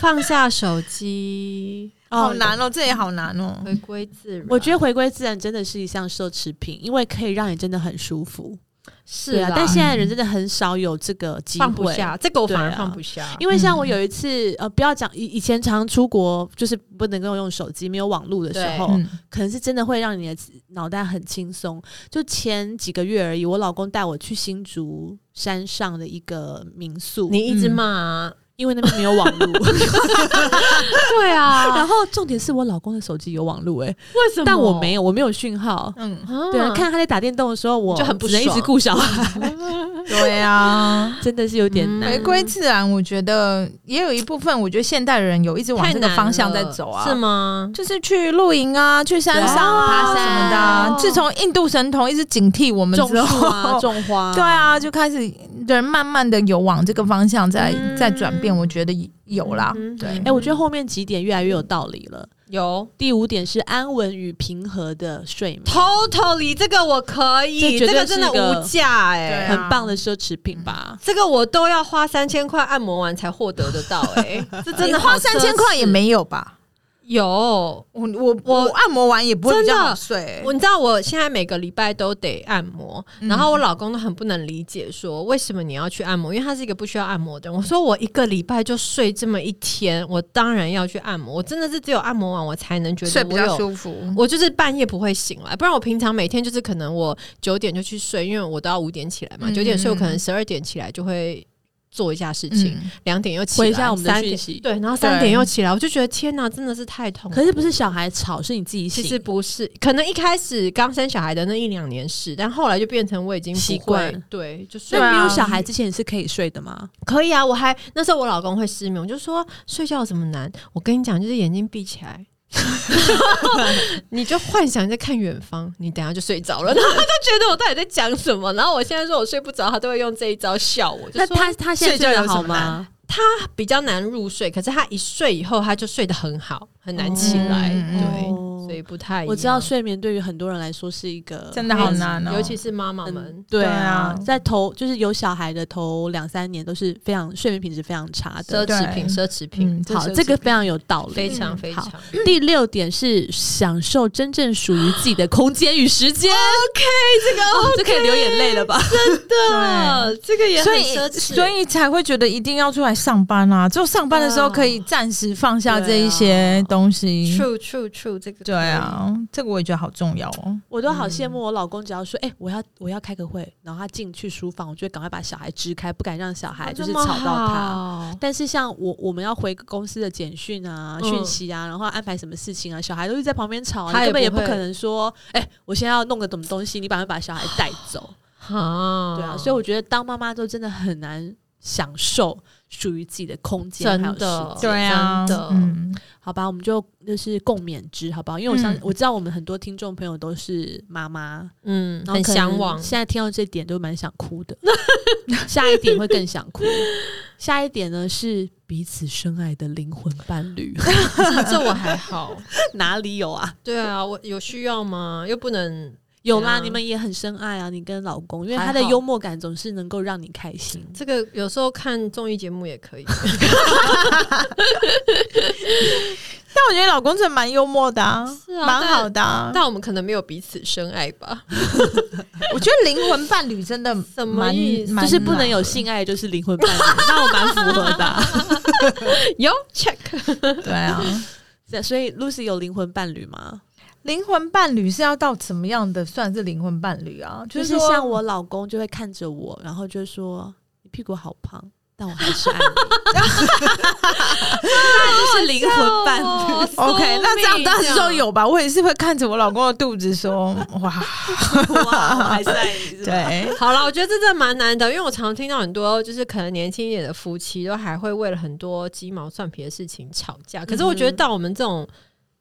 S2: 放下手机，
S3: 好难哦，这也好难哦。
S2: 回归自然。
S1: 我觉得回归自然真的是一项奢侈品，因为可以让你真的很舒服。
S2: 是
S1: 对啊
S2: 啦，，
S1: 但现在人真的很少有这个机会。
S2: 放不下，这个我反而
S1: 对啊
S2: 放不下，
S1: 因为像我有一次，呃，不要讲以以前常出国，就是不能够用手机、没有网络的时候，
S3: 嗯，
S1: 可能是真的会让你的脑袋很轻松。就前几个月而已，我老公带我去新竹山上的一个民宿，
S2: 你一直
S3: 嗯
S2: 骂啊，
S1: 因为那边没有网络，
S2: 对啊
S1: 然，后重点是我老公的手机有网络、欸，
S2: 为什 么？
S1: 但我没有，我没有讯号。
S3: 嗯，
S2: 啊
S1: 对啊，看他在打电动的时候，我
S2: 就很不
S1: 只能一直
S2: 爽
S1: 顾小孩，
S3: 嗯对啊，
S1: 真的是有点
S2: 嗯
S1: 难。
S3: 回归自然，我觉得也有一部分，我觉得现代人有一直往
S2: 太
S3: 这个
S2: 难
S3: 方向在
S2: 了
S3: 走啊，
S2: 是吗？
S3: 就是去露营啊，去山上
S2: 对啊
S3: 啊
S2: 爬
S3: 什
S2: 山
S3: 么的啊。自从印度神童一直警惕我们
S1: 种
S3: 之
S1: 树
S3: 后，
S1: 啊，种花，
S3: 对啊，就开始人慢慢的有往这个方向在、
S2: 嗯
S3: 在转变，我觉得有啦。
S2: 嗯
S3: 对
S1: 哎、我觉得后面几点越来越有道理了。
S2: 有
S1: 第五点是安稳与平和的睡眠，
S2: totally 这个我可以，
S1: 这绝
S2: 这
S1: 对
S2: 个真的
S1: 是一个
S2: 无价哎、
S3: 对啊
S1: 很棒的奢侈品吧？
S2: 这个我都要花三千块按摩完才获得得到哎、这真
S3: 你
S2: 的好
S3: 花三千块也没有吧？
S2: 有。
S3: 我我
S2: 我
S3: 我按摩完也不会比较
S2: 真的
S3: 好睡、
S2: 我你知道我现在每个礼拜都得按摩，
S3: 嗯
S2: 然后我老公都很不能理解，说为什么你要去按摩？因为他是一个不需要按摩的人。我说我一个礼拜就睡这么一天，我当然要去按摩。我真的是只有按摩完我才能觉
S3: 睡
S2: 得
S3: 比
S2: 我
S3: 较
S2: 有
S3: 舒服。
S2: 我就是半夜不会醒来，不然我平常每天就是可能我九点就去睡，因为我都要五点起来嘛，
S3: 嗯
S2: 九点睡，我可能十二点起来就会做一下事情，
S3: 嗯，
S2: 两、点又起来，
S1: 回一下我们的
S2: 三
S1: 讯
S2: 点
S1: 息。
S2: 对，然后三
S3: 对
S2: 点又起来，我就觉得天哪，真的是太痛苦。
S1: 可是不是小孩吵，是你自己
S2: 其
S1: 醒。
S2: 实不是，可能一开始刚生小孩的那一两年是，但后来就变成我已经不会
S1: 习惯，
S2: 对，就是
S1: 那
S3: 对啊
S1: 没有小孩之前是可以睡的吗？
S2: 可以啊。我还那时候我老公会失眠，我就说睡觉有什么难？我跟你讲，就是眼睛闭起 来。你就幻想你在看远方，你等一下就睡着了，然后 他就觉得我到底在讲什么。然后我现在说我睡不着，他都会用这一招笑我。就
S1: 那
S2: 说
S1: 他他现在
S3: 睡觉
S1: 睡得
S3: 有什
S1: 好
S3: 么难
S1: 吗？
S2: 比较难入睡，可是他一睡以后，他就睡得很好，很难起来。
S3: 嗯
S2: 对，
S1: 哦
S2: 所以不太一样
S1: 我知道睡眠对于很多人来说是一个
S2: 啊
S3: 真的好难哦。
S2: 尤其是妈妈
S1: 嗯
S2: 们，
S1: 对
S3: 对
S1: 啊
S3: 啊，
S1: 在头就是有小孩的头两三年都是非常睡眠品质非常差的。
S2: 奢侈品，
S3: 对
S2: 奢侈品，
S3: 嗯，
S1: 好，
S3: 是
S1: 这个非常有道理，
S2: 非常
S1: 嗯
S2: 非
S1: 好
S2: 常。
S1: 第六点是享受真正属于自己的空间与时 间。OK，这个、哦、这可以流眼泪了吧？
S2: 的，这个也
S3: 所以所以才会觉得一定要出来上班啊，只有上班的时候可以暂时放下这一些东西。
S2: true true true，这个
S3: 对，啊，这个我也觉得好重要哦。
S1: 我都好羡
S2: 嗯
S1: 慕我老公，只要说哎、我要我要开个会，然后他进去书房，我就会赶快把小孩支开，不敢让小
S2: 哦
S1: 孩就是吵到他。
S2: 他。
S1: 但是像我我们要回公司的简讯啊、
S2: 嗯
S1: 讯息啊，然后安排什么事情啊，小孩都是在旁边吵啊，
S2: 他
S1: 你
S2: 也
S1: 根本也
S2: 不
S1: 不
S2: 会
S1: 可能说哎、我现在要弄个什么东西，你赶快把小孩带走。
S2: 啊
S1: 对啊，所以我觉得当妈妈之后真的很难享受属于自己的空间
S2: 真
S1: 还有时
S2: 的
S1: 间。
S3: 对啊，
S2: 真的
S3: 嗯，
S1: 好吧，我们就就是共勉之，好不好？因为我想、
S3: 嗯
S1: 我知道我们很多听众朋友都是妈妈，
S2: 嗯，
S1: 然后哦
S2: 很
S1: 可能
S2: 向往。
S1: 现在听到这点都蛮想哭的， 下一点会更想哭。下一点呢是彼此深爱的灵魂伴 侣，
S2: 这我还好，
S1: 哪里有啊？
S2: 对啊，我有需要吗？又不能
S1: 有啦，
S2: 对啊
S1: 你们也很深爱啊，你跟老公，因为
S2: 还
S1: 他的
S2: 好
S1: 幽默感总是能够让你开心。
S2: 这个，有时候看综艺节目也可以。
S3: 但我觉得老公真的蛮幽默的啊，
S2: 是啊
S3: 蛮好的啊。
S2: 但我们可能没有彼此深爱吧？
S3: 我觉得灵魂伴侣真的
S2: 什么
S3: 蛮
S2: 意思
S3: 蛮
S1: 就是不能有性爱，就是灵魂伴侣，那我蛮符合的 啊、
S2: 有 check，
S3: 对啊。
S1: 对所以 Lucy 有灵魂伴侣吗？
S3: 灵魂伴侣是要到怎么样的算是灵魂伴侣啊？
S1: 就是是
S3: 说
S1: 像我老公就会看着我，然后就说你屁股好胖，但我还是爱你。 那就是灵魂伴侣。
S3: 哦 OK，那这样当然说
S2: 说
S3: 有吧。我也是会看着我老公的肚子 说，哇，
S1: 哇，我还是爱你。是吧，嗯
S3: 对，
S2: 好了，我觉得这真的蛮难的，因为我常听到很多就是可能年轻一点的夫妻都还会为了很多鸡毛蒜皮的事情吵架。可是我觉得到我们这种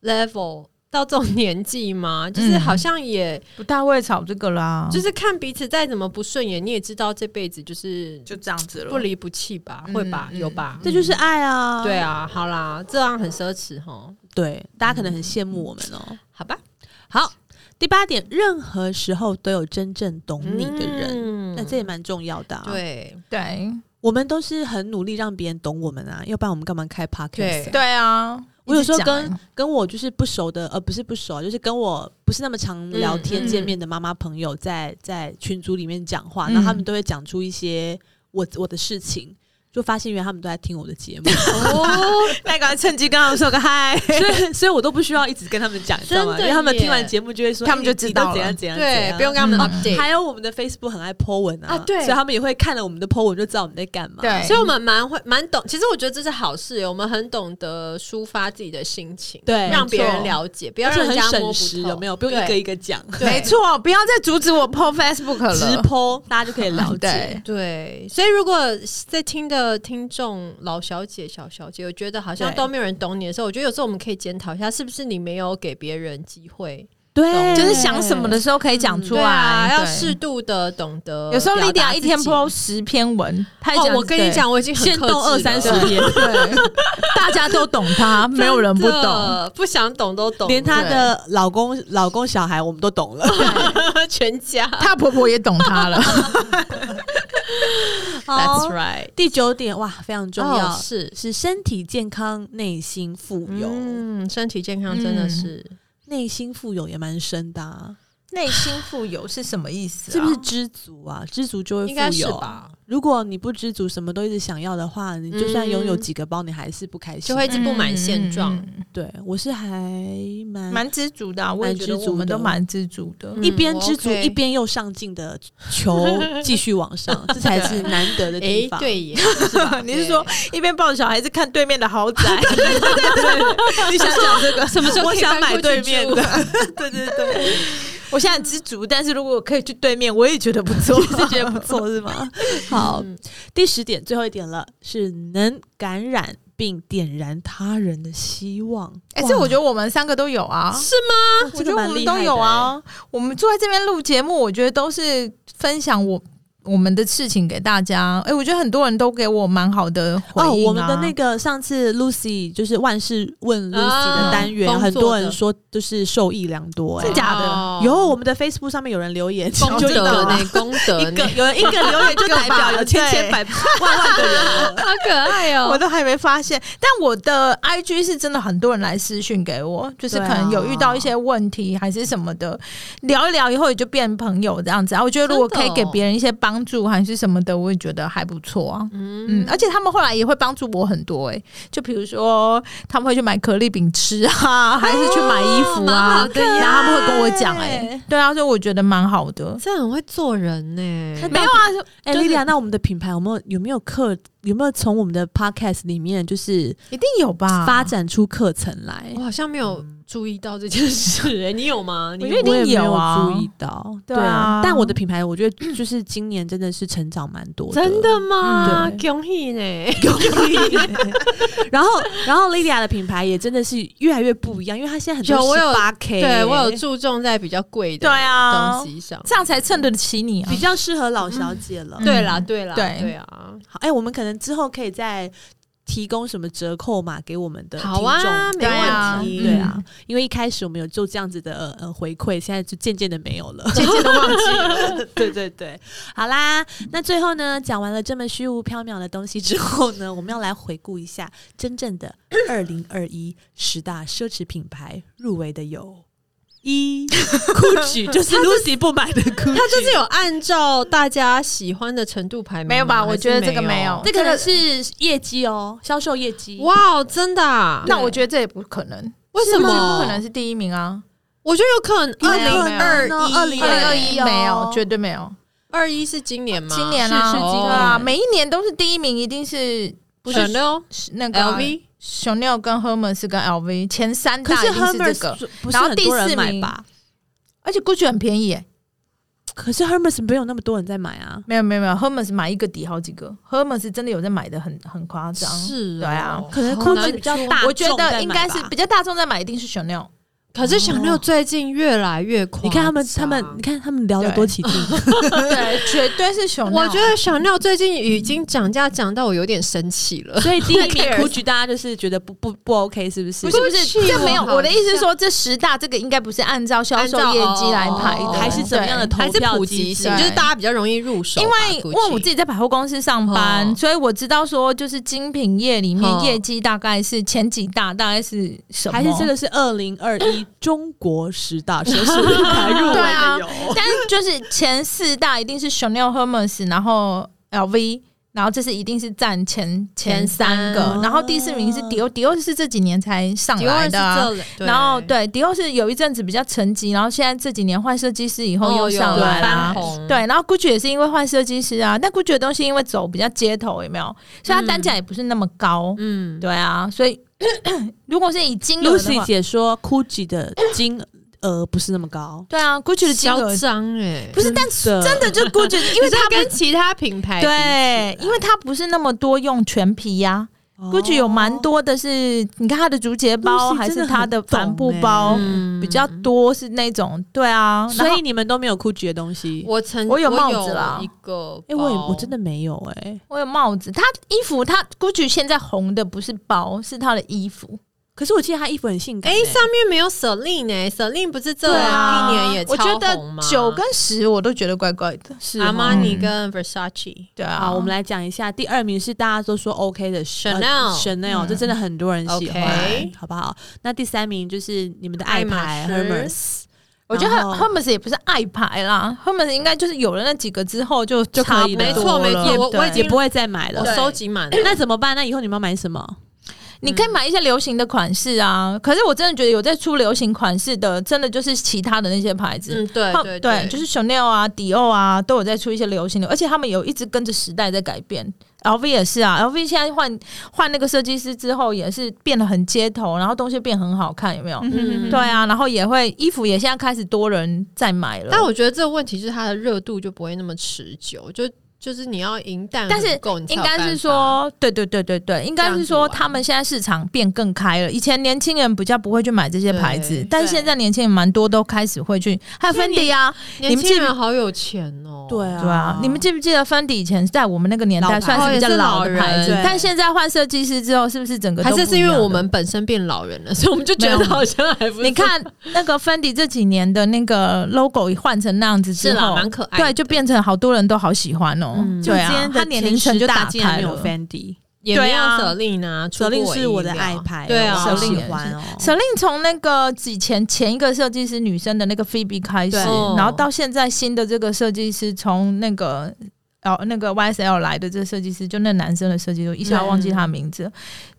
S2: level，、到这种年纪嘛，就是好像也、
S3: 不大会吵这个啦，
S2: 就是看彼此再怎么不顺眼，你也知道这辈子就是
S3: 这样子了
S2: 不离不弃吧，
S3: 嗯
S2: 会吧，
S3: 嗯
S2: 有吧。
S1: 这就是爱啊。
S2: 对啊，好啦，这样很奢侈哈，
S1: 对，大家可能很羡慕我们哦。
S2: 好吧，
S1: 嗯好，第八点，任何时候都有真正懂嗯你的人，
S2: 人
S1: 那这也蛮重要的、啊。，
S2: 嗯对
S3: 对
S1: 我们都是很努力让别人懂我们啊，要不然我们干嘛开 podcast？
S2: 对
S3: 对啊。
S1: 我有时候
S3: 一直讲
S1: 跟跟我就是不熟的，呃，不是不熟啊，就是跟我不是那么常聊天
S2: 嗯嗯
S1: 见面的妈妈朋友在，在群组里面讲话，
S3: 嗯
S1: 然后他们都会讲出一些我我的事情，就发现原来他们都在听我的节目，
S2: 哦，
S3: 那个趁机跟他们说个嗨，
S1: 所以所以我都不需要一直跟他们讲，你知道吗？
S2: 真的
S1: 因为他们
S2: 耶
S1: 听完节目就会说，
S3: 他们
S1: 哎
S3: 就
S1: 你
S3: 知
S1: 你
S3: 道
S1: 都怎
S3: 了
S1: 样怎样，怎
S2: 对，
S1: 样
S2: 不用跟他们
S3: 嗯
S2: update，
S1: 还有我们的 Facebook 很爱 po 文啊，
S2: 啊对
S1: 所以他们也会看了我们的 po 文就知道我们在干嘛。
S3: 对
S2: 所以我们蛮会蛮懂，其实我觉得这是好事耶，我们很懂得抒发自己的心情，
S1: 对
S2: 让别人
S3: 没错
S2: 了解，不要
S1: 而且
S2: 让人
S1: 很
S2: 家
S1: 省
S2: 摸
S1: 时，
S2: 不透，
S1: 有没有？不用一
S2: 对
S1: 个一个讲，
S2: 对
S3: 没错，不要再阻止我 po Facebook
S1: 直
S3: 了。
S1: po 大家就可以了解
S3: 对。
S2: 对，所以如果在听的听众老小姐、小小姐，我觉得好像
S3: 对
S2: 都没有人懂你的时候，我觉得有时候我们可以检讨一下，是不是你没有给别人机会？
S1: 对
S3: 就是想什么的时候可以讲出
S2: 对啊，
S3: 来，
S2: 要
S3: 对
S2: 适。度的懂得表达自己。
S3: 有时候 l y 一天 po 十篇文，她也
S2: 哦
S3: 讲，
S2: 我跟你，讲，我已经很
S1: 限
S2: 克
S1: 动
S2: 制
S1: 二
S2: 了
S1: 三十
S2: 真的
S1: 天，
S3: 对， 大家都懂 她，没有人不懂。
S2: 不想懂都懂，
S1: 连她的老公、老公、小孩我们都懂 了。
S2: 全家。
S3: 她婆婆也懂她 了。
S1: 好
S2: right，
S1: 第九点哇，非常重要，
S2: 哦是
S1: 是身体健康、内心富有。
S2: 嗯，身体健康真的是、
S1: 内心富有也蛮深的、啊，
S3: 内心富有是什么意思
S1: 是不是知足啊？知足就会
S2: 啊应
S1: 富
S2: 该是
S1: 有啊。
S2: 吧，
S1: 如果你不知足，什么都一直想要的话，你就算拥有
S2: 嗯
S1: 几个包，你还是不开心。
S2: 就会一直不
S3: 嗯
S2: 满现状。
S1: 对我是还蛮
S3: 蛮知足的啊。我也觉
S1: 蛮
S3: 得
S1: 知足的
S3: 我们都蛮知足的。
S2: 嗯
S1: 一边知足、
S2: 我 OK
S1: 一边又上进的求继续往上，这才 是难得的
S2: 诶
S1: 地方。
S2: 对耶，
S3: 你是说一边抱着小孩子看对面 的豪宅？
S1: 你想讲这个
S2: 什么时候
S1: 我
S2: 可以
S1: 想
S2: 搬过
S1: 买
S2: 去
S1: 对面
S2: 住
S1: 的，
S3: 对对对，我现在很知足，但是如果我可以去对面，我也觉得不错。
S1: 是觉得不错是吗？ 好，
S2: 嗯
S1: 第十点，最后一点了，是能感染并点燃他人的希望。
S3: 哎，这我觉
S1: 得
S3: 得我们三个都有啊。我
S1: 这个
S3: 觉得我
S1: 蛮
S3: 们
S1: 厉
S3: 都
S1: 害
S3: 有
S1: 的欸。
S3: 啊。我们坐在这边录节目，我觉得都是分享我我们的事情给大家。哎、我觉得很多人都给我蛮好的回应、啊
S1: 哦，我们的 那个上次 Lucy 就是万事问 Lucy 的
S2: 啊
S1: 单元，
S2: 工
S1: 很
S2: 作
S1: 多
S2: 的
S1: 人说就是受益良多、欸，
S3: 真假的
S1: 有我们的 Facebook 上面有人留言，
S2: 哦功
S1: 就一个
S2: 德
S1: 吧
S2: 呢，功德
S1: 一
S2: 呢
S1: 个， 有一个留言就代表有千千百万 万个人了。
S2: 好可爱哦、
S3: 我都还没发现，但我的 IG 是真的很多人来私讯给我，就是可能有遇到一些问题还是什么的，聊一聊以后也就变朋友这样子啊。我觉得如果可以
S2: 真的
S3: 给
S2: 哦
S3: 别人一些帮助还是什么的，我也觉得还不错啊。嗯，而且他们后来也会帮助我很多诶、欸就比如说他们会去买可丽饼吃啊，还是去买衣服
S2: 蛮
S3: 啊，
S2: 好的耶
S3: 然后他们会跟我讲诶、对啊，所以我觉得蛮好的。
S2: 这很会做人呢、
S1: 没有
S3: 啊，
S1: 哎、
S3: 就是
S1: l i l i a 那我们的品牌有没有有没有课有没有从我们的 podcast 里面就是
S3: 一定有吧？
S1: 发展出课程来
S2: 我？好像没有注意到这件 事、哎，你有吗？你
S3: 我觉得一定
S1: 也没
S3: 有啊
S1: 注意到，
S3: 对啊
S1: 但我的品牌，我觉得就是今年真的是成长蛮多的
S2: 真的吗？
S1: 嗯
S2: 恭喜呢！
S1: 然后，然后 Lilia 的品牌也真的是越来越不一样，因为它现在很多
S2: 有我有
S1: 八 K，
S2: 对我有注重在比较贵
S3: 对
S2: 的
S3: 啊
S2: 东，西上。
S3: 这样才衬得起你啊
S1: 比。较适合老小姐了。
S2: 对啦，对啦，
S3: 对
S2: 嗯对啊，
S1: 好，哎、我们可能之后可以再提供什么折扣码给我们的听
S2: 好
S1: 众，
S2: 啊
S1: 对
S3: 没问题
S1: 对啊，因为一开始我们有做这样子的呃回馈，现在就渐渐的没有了，
S2: 渐渐的忘 记了。
S1: 对对对，好啦，那最后呢，讲完了这么虚无缥缈的东西之后呢，我们要来回顾一下真正的二零二一十大奢侈品牌入围的有。一 Gucci 就是 Lucy 不买 的 Gucci，
S2: 他就是有按照大家喜欢的程度排名吗，
S3: 没有吧
S2: 还是
S3: 我觉得这个没有
S1: 这个是业绩哦，销售业绩。
S2: 哇哦，真的啊、
S3: 那我觉得这也不可能，
S2: 为什
S3: 这
S2: 么
S3: 不可能是第一名啊？
S2: 我觉得有可能二
S3: 没有没
S2: 零
S3: 有
S2: 二一
S1: 二零二一
S3: 没有，绝对没有。
S2: 二一是今年吗？
S3: 今哦年啊，
S1: 是是今
S2: 哦
S1: 年
S3: 对啊，每一年都是第一名，一定是
S2: 不是六
S3: 是那个
S2: LV
S3: 熊 l 跟 Hermes 跟 LV 前三
S1: 可
S3: 大
S1: 是
S3: 一定是
S1: Hermes
S3: 这个，
S1: 不是
S3: 然后
S1: 很
S3: 第
S1: 多人
S3: 四
S1: 买
S3: 名
S1: 吧？
S3: 而且 Gucci 很便宜耶。
S1: 可是 Hermes 没有那么多人在买啊。
S3: 没有没有没有，Hermes 买一个抵好几个，Hermes 真的有在买的很很夸张。
S2: 是哦，
S3: 对啊
S1: 可能
S2: 好
S1: Gucci
S2: 难
S1: 比较
S2: 说
S1: 大
S3: 我觉
S1: 众在
S3: 得
S1: 买
S3: 应该是
S1: 吧
S3: 比较大众在买，一定是 Chanel。
S2: 可是小
S3: 哦
S2: 六最近越来越狂，
S1: 你看他们，他们，你看他们聊的
S3: 对
S1: 多起劲，
S3: 对，绝对是 Chanel。
S2: 我觉得小六最近已经涨价涨到我有点生气 了。
S1: 所以第一
S3: Who
S1: 名
S3: cares？
S1: 估局大家就是觉得不不不 OK，是不是？
S3: 不是不是，
S2: Gucci
S3: 这没有。
S2: 我好
S3: 我的意思是说，这十大这个应该不是按照销售业绩来排
S2: 哦
S3: 的，
S1: 还是怎么样的
S3: 对
S1: 投啊
S2: 还是
S1: 票
S2: 普
S1: 机
S2: 及
S1: 制
S2: 性，
S3: 对
S2: 就是大家比较容易入手吧。啊
S3: 因为因为我自
S2: 己
S3: 己在百货公司上班，
S2: 哦
S3: 所以我知道说，就是精品业里面
S2: 哦
S3: 业绩大概是前几大，大概是什么？
S1: 还是这个是二零二一中国十大奢侈 品牌入围
S3: 对啊
S1: 的有？
S3: 但是就是前四大一定是 Chanel、Hermes，然后 LV，然后这是一定是占前前三
S2: 前
S3: 个
S1: 三，哦
S3: 然后第四名是迪欧，迪欧是这几年才上
S2: 迪奥
S3: 来
S2: 是
S3: 的啊、
S2: 这类，
S3: 然后对，迪欧是有一阵子比较沉寂，然后现在这几年换设计师以后又
S2: 哦有
S3: 上来啦、
S2: 翻红，
S3: 对，然后 Gucci 也是因为换设计师啊，但 Gucci 的东西因为走比较街头，有没有？所以它单价也不是那么高。
S2: 嗯，
S3: 对啊，所以 如果是以金额的
S1: Lucy
S3: 话，
S1: 姐说，Gucci 的金额不是那么高，
S3: 对啊，Gucci 的金
S2: 嚣
S3: 额
S2: 张哎，
S3: 不是，但
S1: 真
S3: 真的就 Gucci，因为
S2: 它
S3: 它
S2: 跟其他品牌
S1: 啊
S3: 对，因为它不是那么多用全皮呀、Gucci 有蛮多的是，你看它的竹节包
S1: 哦 Lucy
S3: 还
S1: 真
S3: 是
S1: 的
S3: 它
S1: 很
S3: 的
S1: 懂
S3: 帆布
S1: 欸
S3: 包、
S2: 嗯
S3: 比较多是那种，对啊，
S1: 所
S3: 然后
S1: 以你们都没有 Gucci 的东西。
S2: 我曾
S3: 我有哦帽子啦
S2: 我有一个包，
S1: 哎、我也我真的没有哎、
S3: 我有帽子，它衣服它 Gucci 现在红的不是包，是它的衣服。
S1: 可是我记得她衣服很性感、
S2: 哎
S1: 欸。
S2: 上面没有 Celine 哎，Celine 不是这
S3: 对啊
S2: 一年也
S3: 我觉
S2: 超
S3: 得
S2: 红吗
S3: 九跟十我都觉得怪怪的。
S1: 是
S2: 阿
S1: 哈
S2: 玛尼
S3: 嗯
S2: 跟 Versace。
S3: 对啊
S1: 好，我们来讲一下，第二名是大家都说 OK 的呃
S2: Chanel
S1: Chanel，、
S3: 嗯
S1: 这真的很多人喜欢
S2: OK
S1: 好不好？那第三名就是你们的
S2: 爱
S1: 爱
S2: 马
S1: 牌
S2: 仕
S1: Hermes，
S3: 我觉得
S1: 然后
S3: Hermes 也不是爱牌啦，Hermes 应该就是有了那几个之后就
S1: 就可以了
S3: 差不多
S2: 没错
S3: 了
S2: 没错我
S3: 对
S2: 我已
S1: 也
S2: 经嗯
S1: 不会再买了
S2: 我
S3: 对。
S2: 收集满了，
S1: 那怎么办？那以后你们要买什么？
S3: 你可以买一些流行的款式啊。可是我真的觉得有在出流行款式的，真的就是其他的那些牌子。
S2: 嗯，对
S3: 他
S2: 对
S3: 对，就是 Chanel 啊、迪奥啊，都有在出一些流行的，而且他们有一直跟着时代在改变。LV 也是啊，LV 现在换换那个设计师之后，也是变得很街头，然后东西变很好看，有没有？
S2: 嗯
S3: 对啊，然后也会衣服也现在开始多人在买了。
S2: 但我觉得这个问题就是它的热度就不会那么持久，就就是你要银弹
S3: 但是
S2: 很够，你才
S3: 应
S2: 有
S3: 该
S2: 办
S3: 是
S2: 法
S3: 说，对对对对对，应该
S2: 这样
S3: 是说
S2: 子玩
S3: 他们现在市场变更开了。以前年轻人比较不会去买这些牌子
S2: 对，
S3: 但是现在年轻人蛮多都开始会去，还有
S1: 所以
S3: 芬
S1: 你
S3: 迪啊，你
S2: 年
S3: 们
S2: 轻
S3: 记
S2: 人好有钱哦，
S1: 对啊
S3: 对啊，你们记不记得芬迪以前在我们那个年代
S1: 老牌
S3: 算是比较老的牌
S2: 哦
S1: 老
S2: 也是
S3: 子
S1: 人，
S3: 但现在换设计师之后，是不是整个都
S2: 还是
S3: 不
S2: 是
S3: 一
S2: 因
S3: 样
S2: 为
S3: 了
S2: 我们本身变老人了，所以我们就觉
S3: 没
S2: 得
S3: 有
S2: 好像还不
S3: 你看那个芬迪这几年的那个 logo 换成那样子
S2: 是
S3: 之
S2: 啦，
S3: 后，
S2: 蛮可爱的，
S3: 对，就变成好多人都好喜欢哦。
S1: 嗯就
S3: 对
S1: 今天
S3: 啊，他
S1: 的
S3: 年
S1: 前
S3: 龄层
S1: 十
S3: 就
S1: 大
S3: 打
S1: 竟然
S3: 开
S1: 没有
S3: 了。
S1: Fendi，
S2: 也没有
S3: 对啊
S2: 舍令啊，出
S1: 舍令
S2: 乎
S1: 是我的
S2: 意料
S1: 爱牌哦，
S2: 对啊，
S1: 我
S3: 舍
S1: 喜
S3: 令
S1: 欢哦。
S3: 舍令从那个以前前一个设计师女生的那个 Phoebe 开始
S1: 对，
S3: 然后到现在新的这个设计师，从那个哦那个 YSL 来的这个设计师，就那男生的设计师，我一下忘记他的名字。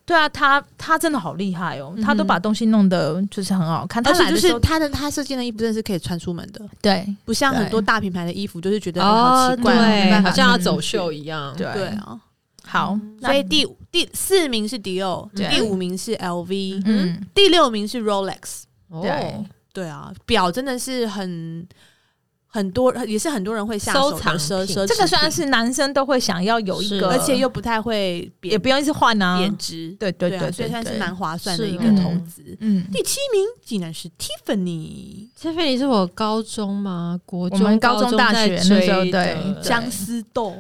S3: 对啊，他他真的好厉害哦，他都把东西弄得就是很好看。他
S1: 而且
S3: 来
S1: 就
S3: 的时
S1: 是
S3: 候，
S1: 嗯他的他设计的衣服真的是可以穿出门的，
S3: 对
S1: 不像很多大品牌的衣服，就是觉得哎好奇怪，
S3: 哦没
S2: 对，
S3: 办
S2: 好
S3: 法
S2: 像要
S3: 嗯
S2: 走秀一样，
S3: 对
S1: 对啊。
S3: 好，那
S1: 所以第五第四名是迪奥，
S3: 对
S1: 第五名是 LV，
S3: 嗯，
S1: 第六名是 Rolex。
S2: 哦
S3: 对，
S1: 对啊，表真的是很很多，也是很多人会下手
S2: 收
S1: 的
S2: 藏
S1: 奢
S2: 品
S1: 奢侈
S3: 这个
S1: 品
S3: 算是男生都会想要有一
S2: 是
S3: 个，
S1: 而且又不太会
S3: 也
S1: 贬
S3: 不用一直换啊。
S1: 贬值，
S3: 对对对
S1: 啊，所以
S3: 对
S1: 算是
S3: 对
S1: 蛮划算的
S2: 是
S1: 一个
S2: 哦
S1: 投资。
S3: 嗯，
S1: 第七名竟然是 Tiffany
S2: 这菲尼是我高中吗？国
S3: 我
S2: 中、
S3: 们高中
S2: 中
S3: 大
S2: 在
S3: 学那时候
S2: 追
S3: 对
S2: 的
S3: 对
S1: 相思豆，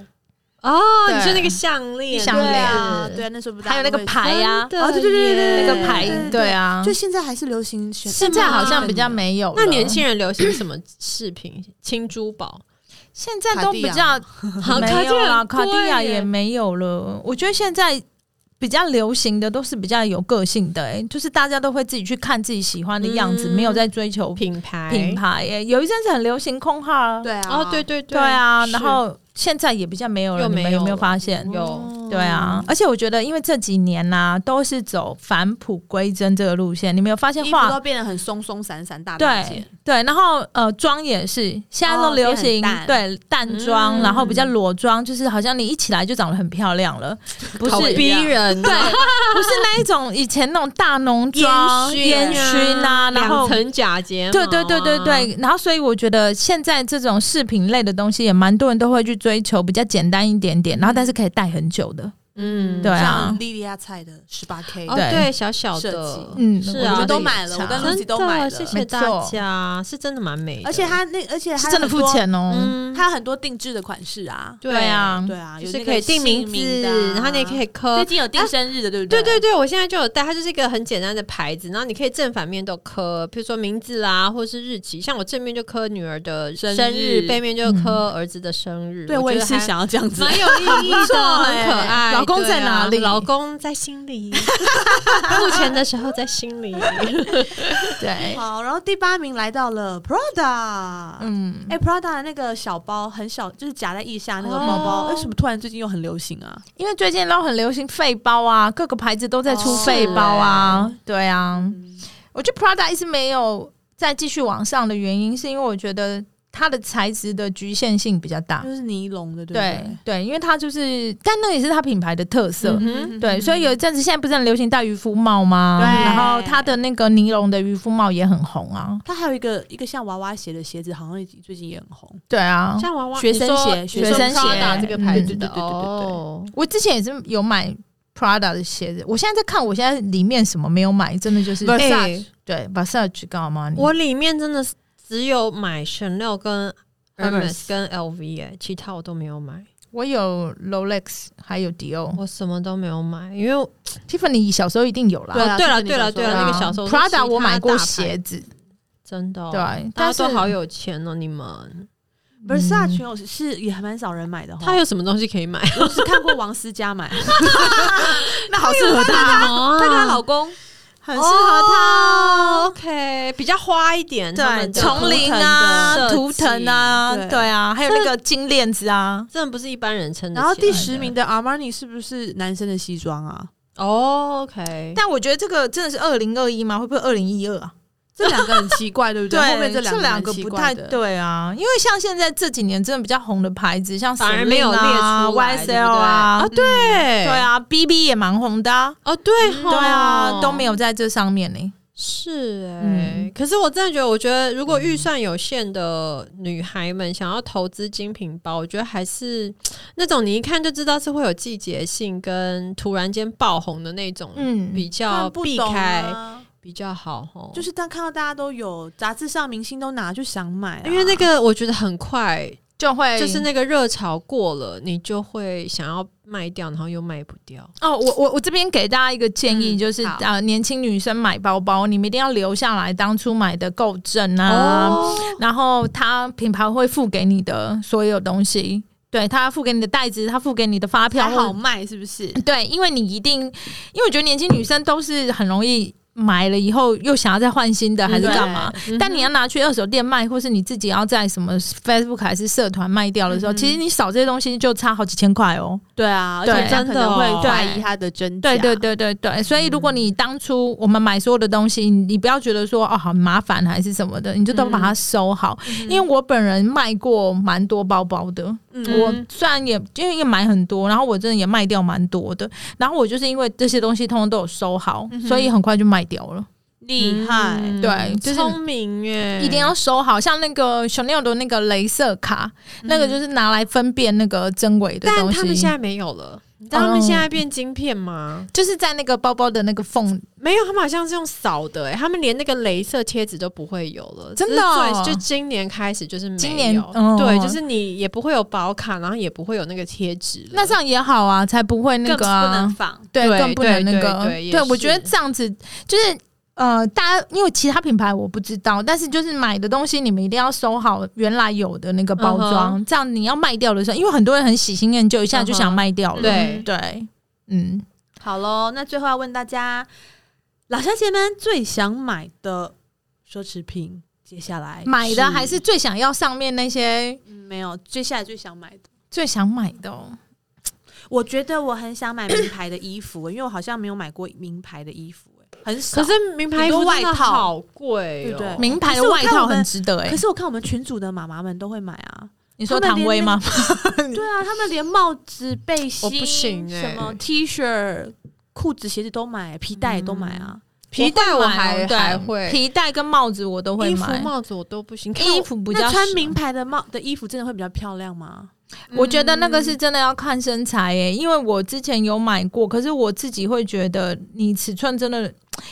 S2: 哦，
S3: 对
S2: 你说那个项链，
S3: 项
S1: 对
S3: 当
S2: 对哎
S3: 然
S1: 啊，
S3: 是
S1: 对啊，那时候不是
S3: 还有那个
S1: 大家都会
S3: 牌呀、
S2: 真的
S1: 哦对对对对
S2: 耶
S1: 对
S3: 那个牌，对啊，
S1: 就现在还是流行选，
S2: 是
S3: 现在
S2: 吗
S3: 好像比较没有了。
S2: 那年轻人流行什么饰品？ 青珠宝，
S3: 现在都比较
S2: 好
S3: 没有啦，卡地亚也
S2: 没
S3: 没有了。我觉得现在比较流行的都是比较有个性的、欸，就是大家都会自己去看自己喜欢的样子，
S2: 嗯
S3: 没有在追求
S2: 品牌
S3: 品牌、欸。有一阵子很流行空号啊，
S1: 对啊，
S2: 哦，对对
S3: 对啊，
S2: 是
S3: 然后现在也比较没有了，
S2: 又
S3: 你们
S2: 没有
S3: 有没有
S2: 了哦
S3: 发现？
S2: 有
S3: 对啊，而且我觉得，因为这几年呐、都是走返璞归真这个路线，你们有发现
S1: 衣服
S3: 画
S1: 都变得很松松散散、大大
S3: 对
S1: 件，
S3: 对，然后呃妆也是，现在都
S1: 哦
S3: 流行、
S1: 变很淡
S3: 对淡妆，
S2: 嗯
S3: 然后比较裸妆，就是好像你一起来就长得很漂亮了，不是
S2: 好逼人，对，
S3: 啊不是那一种以前那种大浓妆、烟熏啊，然后
S2: 两层假睫毛啊，
S3: 对对对对对，然后所以我觉得现在这种饰品类的东西也蛮多人都会去追求，比较简单一点点，然后但是可以戴很久的。
S2: 嗯，
S3: 对啊
S1: 像莉莉亚菜的十八 K，
S2: 哦
S3: 对
S2: 对，小小
S1: 设
S2: 的
S1: 计，
S3: 嗯
S2: 是
S1: 我
S2: 啊
S1: 们，都买了，我跟
S3: 真
S1: Lucy 都买了，
S2: 谢
S3: 没
S2: 谢
S3: 错
S2: 大家，是真的蛮美的，
S1: 而且它那而且它
S3: 是真的
S1: 很多
S3: 付，钱哦。
S2: 嗯，
S1: 它有很多定制的款式啊，
S2: 对啊，
S1: 对啊，
S2: 就
S1: 有
S2: 是
S1: 那
S2: 可
S1: 个
S2: 以定名
S1: 姓
S2: 字，
S1: 的啊
S2: 然后你也可以刻
S1: 最。近有定生日的，对不
S2: 对对
S1: 对
S2: 对，我现在就有带，它就是一个很简单的牌子，然后你可以正反面都刻，比如说名字啦，或是日期。像我正面就刻女儿的
S1: 生
S2: 生
S1: 日
S2: 背面就刻儿子的生日。
S1: 我也
S2: 觉得
S1: 是
S2: 还
S1: 想要这样子。
S2: 蛮有意义
S3: 不错
S2: 的，很可
S3: 欸
S2: 爱。
S3: 老公在
S2: 对啊
S3: 哪里
S2: 老公在心里，付钱的时候在心里。
S3: 对，
S1: 好，然后第八名来到了 Prada，
S3: 嗯，
S1: 哎、p r a d a 的那个小包很小，就是夹在腋下那个包包，
S2: 哦
S1: 为、什么突然最近又很流行啊？
S3: 因为最近都很流行废包啊，各个牌子都在出废包啊。对啊，我觉得 Prada 一直没有再继续往上的原因，是因为我觉得它的材质的局限性比较大。
S1: 就是尼龙嗯的，对不
S3: 对对，因为它就是，但那也是它品牌的特色。
S2: 嗯
S1: 嗯
S3: 对，所以有一阵子现在不是很流行戴渔夫帽吗？
S1: 对
S3: 然后它的那个尼龙的渔夫帽也很红啊。
S1: 它还有一个一个像娃娃鞋的鞋子，好像最近也很红。
S3: 对啊
S2: 哼，像娃娃
S1: 学生
S2: 你说
S1: 鞋
S2: 你
S1: 学
S2: 说
S3: 生鞋嗯
S2: Prada 这个牌子
S1: 嗯对对对对
S2: 的，
S1: 对对
S2: 哦
S3: 我之前也是有买 Prada 的鞋子，我现在在看，我现在里面什么没有买，真的就是
S2: 哎
S1: Versace
S3: 对 Versace 跟 Armani。
S2: 我里面真的是只有买 Chanel 跟
S3: Hermes
S2: Hermes 跟 LV 哎、其他我都没有买，
S3: 我有 Rolex，还有 Dior、
S2: 我什么都没有买，因为我
S3: Tiffany，小时候一定有啦。
S1: 对啊
S2: 哦对
S1: 这个
S2: 了
S1: 你
S2: 对了
S1: 有说
S2: 对了，
S1: 啊
S2: 那个小时候
S3: Prada 我买过
S2: 鞋，
S3: 鞋子，
S2: 真的哦、
S3: 对，啊
S2: 大家
S3: 但是
S2: 都好有钱哦，你们
S1: Versace 哦是也还蛮少人买的哈，
S2: 他有什么东西可以 买？
S1: 我只看过王思佳买，
S3: 那好适合他，
S2: 他
S1: 她跟她老公
S3: 啊很适合他哦。
S2: OK，比较花一点，他
S3: 对，
S2: 们的
S3: 丛林啊，图
S2: 图腾的设计
S3: 腾啊，
S1: 对
S3: 对啊，还有那个金链子啊，
S2: 真的不是一般人称得
S1: 然
S2: 起来
S1: 后第
S2: 的。
S1: 十名的 Armani 是不是男生的西装啊？
S2: 哦，OK，
S3: 但我觉得这个真的是二零二一吗？会不会二零一二啊？
S1: 这两个很奇怪，对不对？后面
S3: 这
S1: 两
S3: 两
S1: 个蛮奇
S3: 不
S1: 怪
S3: 太
S1: 的。
S3: 对啊，因为像现在这几年真的比较红的牌子，像
S2: 反而没有
S3: Celine
S2: 列
S3: 啊
S2: 出来
S3: YSL 啊
S2: 对，不对嗯
S3: 对，啊，BB 也蛮红的啊，
S2: 哦对吼，
S3: 对啊，都没有在这上面呢。
S2: 是哎、
S3: 嗯
S2: 可是我真的觉得，我觉得如果预算有限的女孩们想要投资精品包，我觉得还是那种你一看就知道是会有季节性跟突然间爆红的那种，
S3: 嗯
S2: 比较
S1: 看不
S2: 避
S1: 懂
S2: 开、
S1: 啊，
S2: 比较好吼。
S1: 就是当看到大家都有杂志上明星都拿，就想买啊、
S2: 因为那个我觉得很快，
S3: 就会
S2: 就是那个热潮过了，你就会想要卖掉，然后又卖不掉。
S3: 哦，我我我这边给大家一个建议，
S1: 嗯
S3: 就是
S1: 好
S3: 呃，年轻女生买包包，你们一定要留下来当初买的购证啊，
S1: 哦
S2: 哦
S3: 然后它品牌会付给你的所有东西，对，它付给你的袋子，它付给你的发票
S1: 才，好
S3: 或者
S1: 卖，是不是？
S3: 对，因为你一定，因为我觉得年轻女生都是很容易买了以后又想要再换新的，
S1: 嗯
S3: 还是干嘛？但你要拿去二手店卖，或是你自己要在什么 Facebook 还是社团卖掉的时候，
S1: 嗯哼
S3: 其实你少这些东西就差好几千块哦。
S1: 对啊，而
S3: 对
S1: 且这样可能
S2: 真的哦
S1: 会怀疑它的真假。
S3: 对对对对对，所以如果你当初我们买所有的东西，你不要觉得说哦好麻烦还是什么的，你就都把它收好。
S2: 嗯
S3: 因为我本人卖过蛮多包包的，
S1: 嗯，
S3: 我虽然也因为也买很多，然后我真的也卖掉蛮多的，然后我就是因为这些东西通通都有收好，
S1: 嗯哼
S3: 所以很快就卖掉了。
S1: 厉害。
S2: 嗯
S3: 对就是
S2: 聪明耶，
S3: 一定要收好，像那个 Chanel 的那个镭射卡，那个就是拿来分辨那个真伪
S2: 嗯
S3: 的
S2: 但
S3: 东西。
S2: 他们现在没有了，你知道他们现在变晶片吗？
S3: 就是在那个包包的那个缝，
S2: 没有，他们好像是用扫的、欸，他们连那个镭射贴纸都不会有了，
S3: 真的哦
S2: 只是最就今年开始就是没有
S3: 今年嗯
S2: 对，就是你也不会有保卡，然后也不会有那个贴纸了，
S3: 那这样也好啊，才不会那
S1: 更
S3: 个、
S1: 不
S3: 啊
S1: 能、放，
S3: 对，
S2: 对
S3: 更不能那个。嗯
S2: 对对也是
S3: 我觉得这样子就是呃，大家因为其他品牌我不知道，但是就是买的东西你们一定要收好原来有的那个包装这样你要卖掉的时候，因为很多人很喜新厌旧，一下就想卖掉了。
S2: 对
S3: 对，嗯，
S1: 好喽，那最后要问大家，老小姐们最想买的奢侈品，接下来
S3: 买的还是最想要上面那些
S1: 嗯没有？接下来最想买的
S3: 最想买的、哦，
S1: 我觉得我很想买名牌的衣服，因为我好像没有买过名牌的衣服、欸很少。
S2: 可是名牌衣服
S1: 很多
S2: 真的
S1: 外套
S2: 好贵
S1: 对不
S2: 哦、
S1: 对
S3: 名牌的
S1: 可是我
S3: 外
S1: 看
S3: 套
S1: 我们
S3: 很值得哎、
S1: 可是我看我们群主的妈妈们都会买啊，
S3: 你说
S1: 他们
S3: 唐
S1: 连
S3: 威吗？嗯
S1: 对啊，他们连帽子、背
S2: 我
S1: 心、
S2: 不行欸
S1: 什么 T 恤、裤子、鞋子都买，皮带也都买
S3: 嗯
S1: 啊。
S2: 皮带
S3: 我
S2: 我
S3: 会买哦
S2: 还
S3: 对
S2: 还会，
S3: 皮带跟帽子我都会
S2: 衣服
S3: 买，
S2: 帽子我都不行，看
S3: 衣
S2: 我
S3: 服比较
S1: 那穿
S3: 少
S1: 名牌的帽的衣服真的会比较漂亮吗？
S3: 我觉得
S1: 嗯
S3: 那个是真的要看身材耶，因为我之前有买过，可是我自己会觉得你尺寸真的，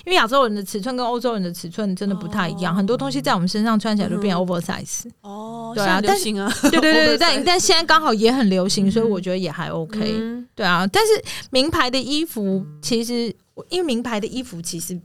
S3: 因为亚洲人的尺寸跟欧洲人的尺寸真的不太一样，
S1: 哦
S3: 很多东西在我们身上穿起来就变
S1: 嗯
S3: oversize。
S1: 哦，
S3: 对啊
S1: 现在流行啊，
S3: 对对对
S1: oversize
S3: 对，但但现在刚好也很流行，所以
S2: 嗯
S3: 我觉得也还 OK。
S2: 嗯
S3: 对啊，但是名牌的衣服其实，因为名牌的衣服其实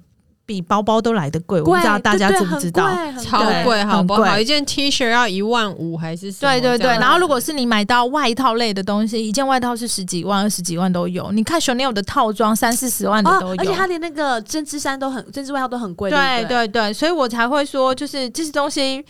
S3: 比包包都来得贵，我不
S1: 贵
S3: 知道大家
S1: 对对
S3: 知不
S1: 很
S3: 知道。
S1: 贵很
S2: 超
S3: 对
S2: 贵，好不
S3: 很
S2: 好？
S3: 贵
S2: 一件 T 恤要一万五还是什么
S3: 对对对，
S2: 这样
S3: 然后如果是你买到外套类的东西，一件外套是十几万、二十几万都有。你看 Chanel 的套装三四十万的都
S1: 哦，而且
S3: 有。
S1: 它连那个针织衫都很，针织外套都很贵，
S3: 对
S1: 对不对。
S3: 对对，所以我才会说，就是这些东西，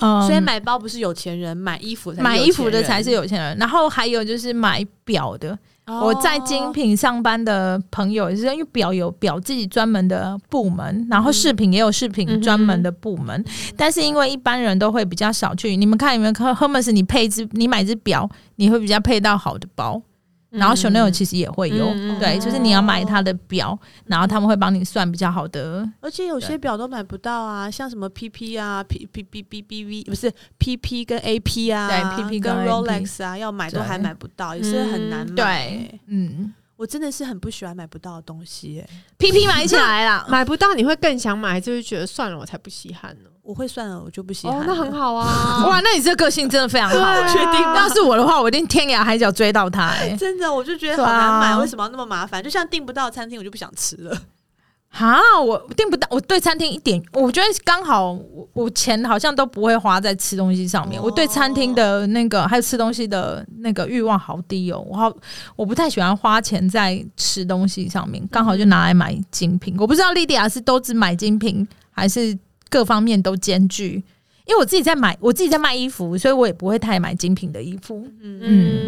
S3: 嗯，
S1: 所以买包不是有钱人，买衣服才是
S3: 买
S1: 有
S3: 衣服
S1: 钱
S3: 的
S1: 人
S3: 才是。有钱人。然后还有就是买表的，
S1: 哦
S3: 我在精品上班的朋友也是，因为表有表自己专门的部门，然后饰品也有饰
S2: 嗯
S3: 品
S2: 哼
S3: 专门的部门，但是因为一般人都会比较少去。你们看有没有看 Hermes？你配一只，你买一只表，你会比较配到好的包。然后 Chanel 其实也会有，
S2: 嗯嗯
S3: 对，
S1: 嗯
S3: 就是你要买它的表，然后他们会帮你算比较好的。
S1: 而且有些表都买不到啊，像什么 PP 啊、P P P B B V 不是 PP 跟 AP 啊，
S3: 对 PP
S1: 跟
S3: 跟
S1: Rolex 啊，要买都还买不到，也是很难买。
S3: 对，，嗯
S1: 我真的是很不喜欢买不到的东西耶、
S3: ，P P 买起来啦，
S2: 买不到，你会更想买，就是觉得算了，我才不稀罕呢。
S1: 我会算了，我就不稀罕、
S2: 哦，那很。好 啊，
S3: 哇，那你这个性真的非常好。
S2: 确定
S3: 要是我的话，我一定天涯海角追到他、欸。
S1: 真的，我就觉得好难
S3: 对
S1: 买，
S3: 啊
S1: 为什么要那么麻烦？就像订不到餐厅，我就不想吃了。
S3: 哈，我订不到，我对餐厅一点，我觉得刚好我我钱好像都不会花在吃东西上面，
S1: 哦
S3: 我对餐厅的那个还有吃东西的那个欲望好低哦，我好我不太喜欢花钱在吃东西上面，刚好就拿来买精品。我不知道莉迪亚是都只买精品，还是各方面都兼具。因为我自己在买，我自己在卖衣服，所以我也不会太买精品的衣服。
S1: 嗯，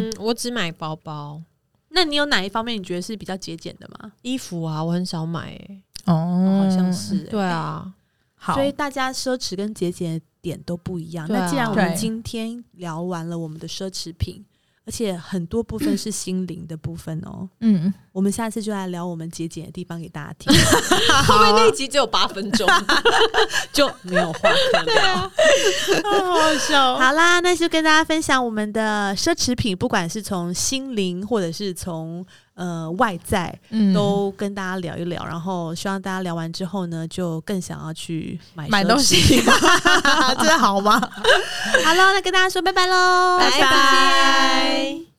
S2: 嗯，我只买包包、
S1: 那你有哪一方面你觉得是比较节俭的吗？
S2: 衣服啊，我很少买、欸。
S3: 哦
S1: 好像是、欸，
S2: 对啊，
S3: 好
S1: 所以大家奢侈跟节俭的点都不一样。
S2: 对啊
S1: 那既然我们
S3: 对
S1: 今天聊完了我们的奢侈品，而且很多部分是心灵的部分哦，
S3: 嗯，
S1: 我们下次就来聊我们节俭的地方给大家 听，
S2: 后面那一集只有八分 钟，
S1: 就没有话可聊。
S2: 啊
S3: 好好 笑
S1: 好啦，那就跟大家分享我们的奢侈品，不管是从心灵或者是从呃外在，
S3: 嗯
S1: 都跟大家聊一聊。然后希望大家聊完之后呢，就更想要去买
S3: 买
S1: 奢
S3: 东
S1: 侈
S3: 西， 这好吗？
S1: 好了，那跟大家说拜拜喽，
S3: 拜拜
S1: 下次见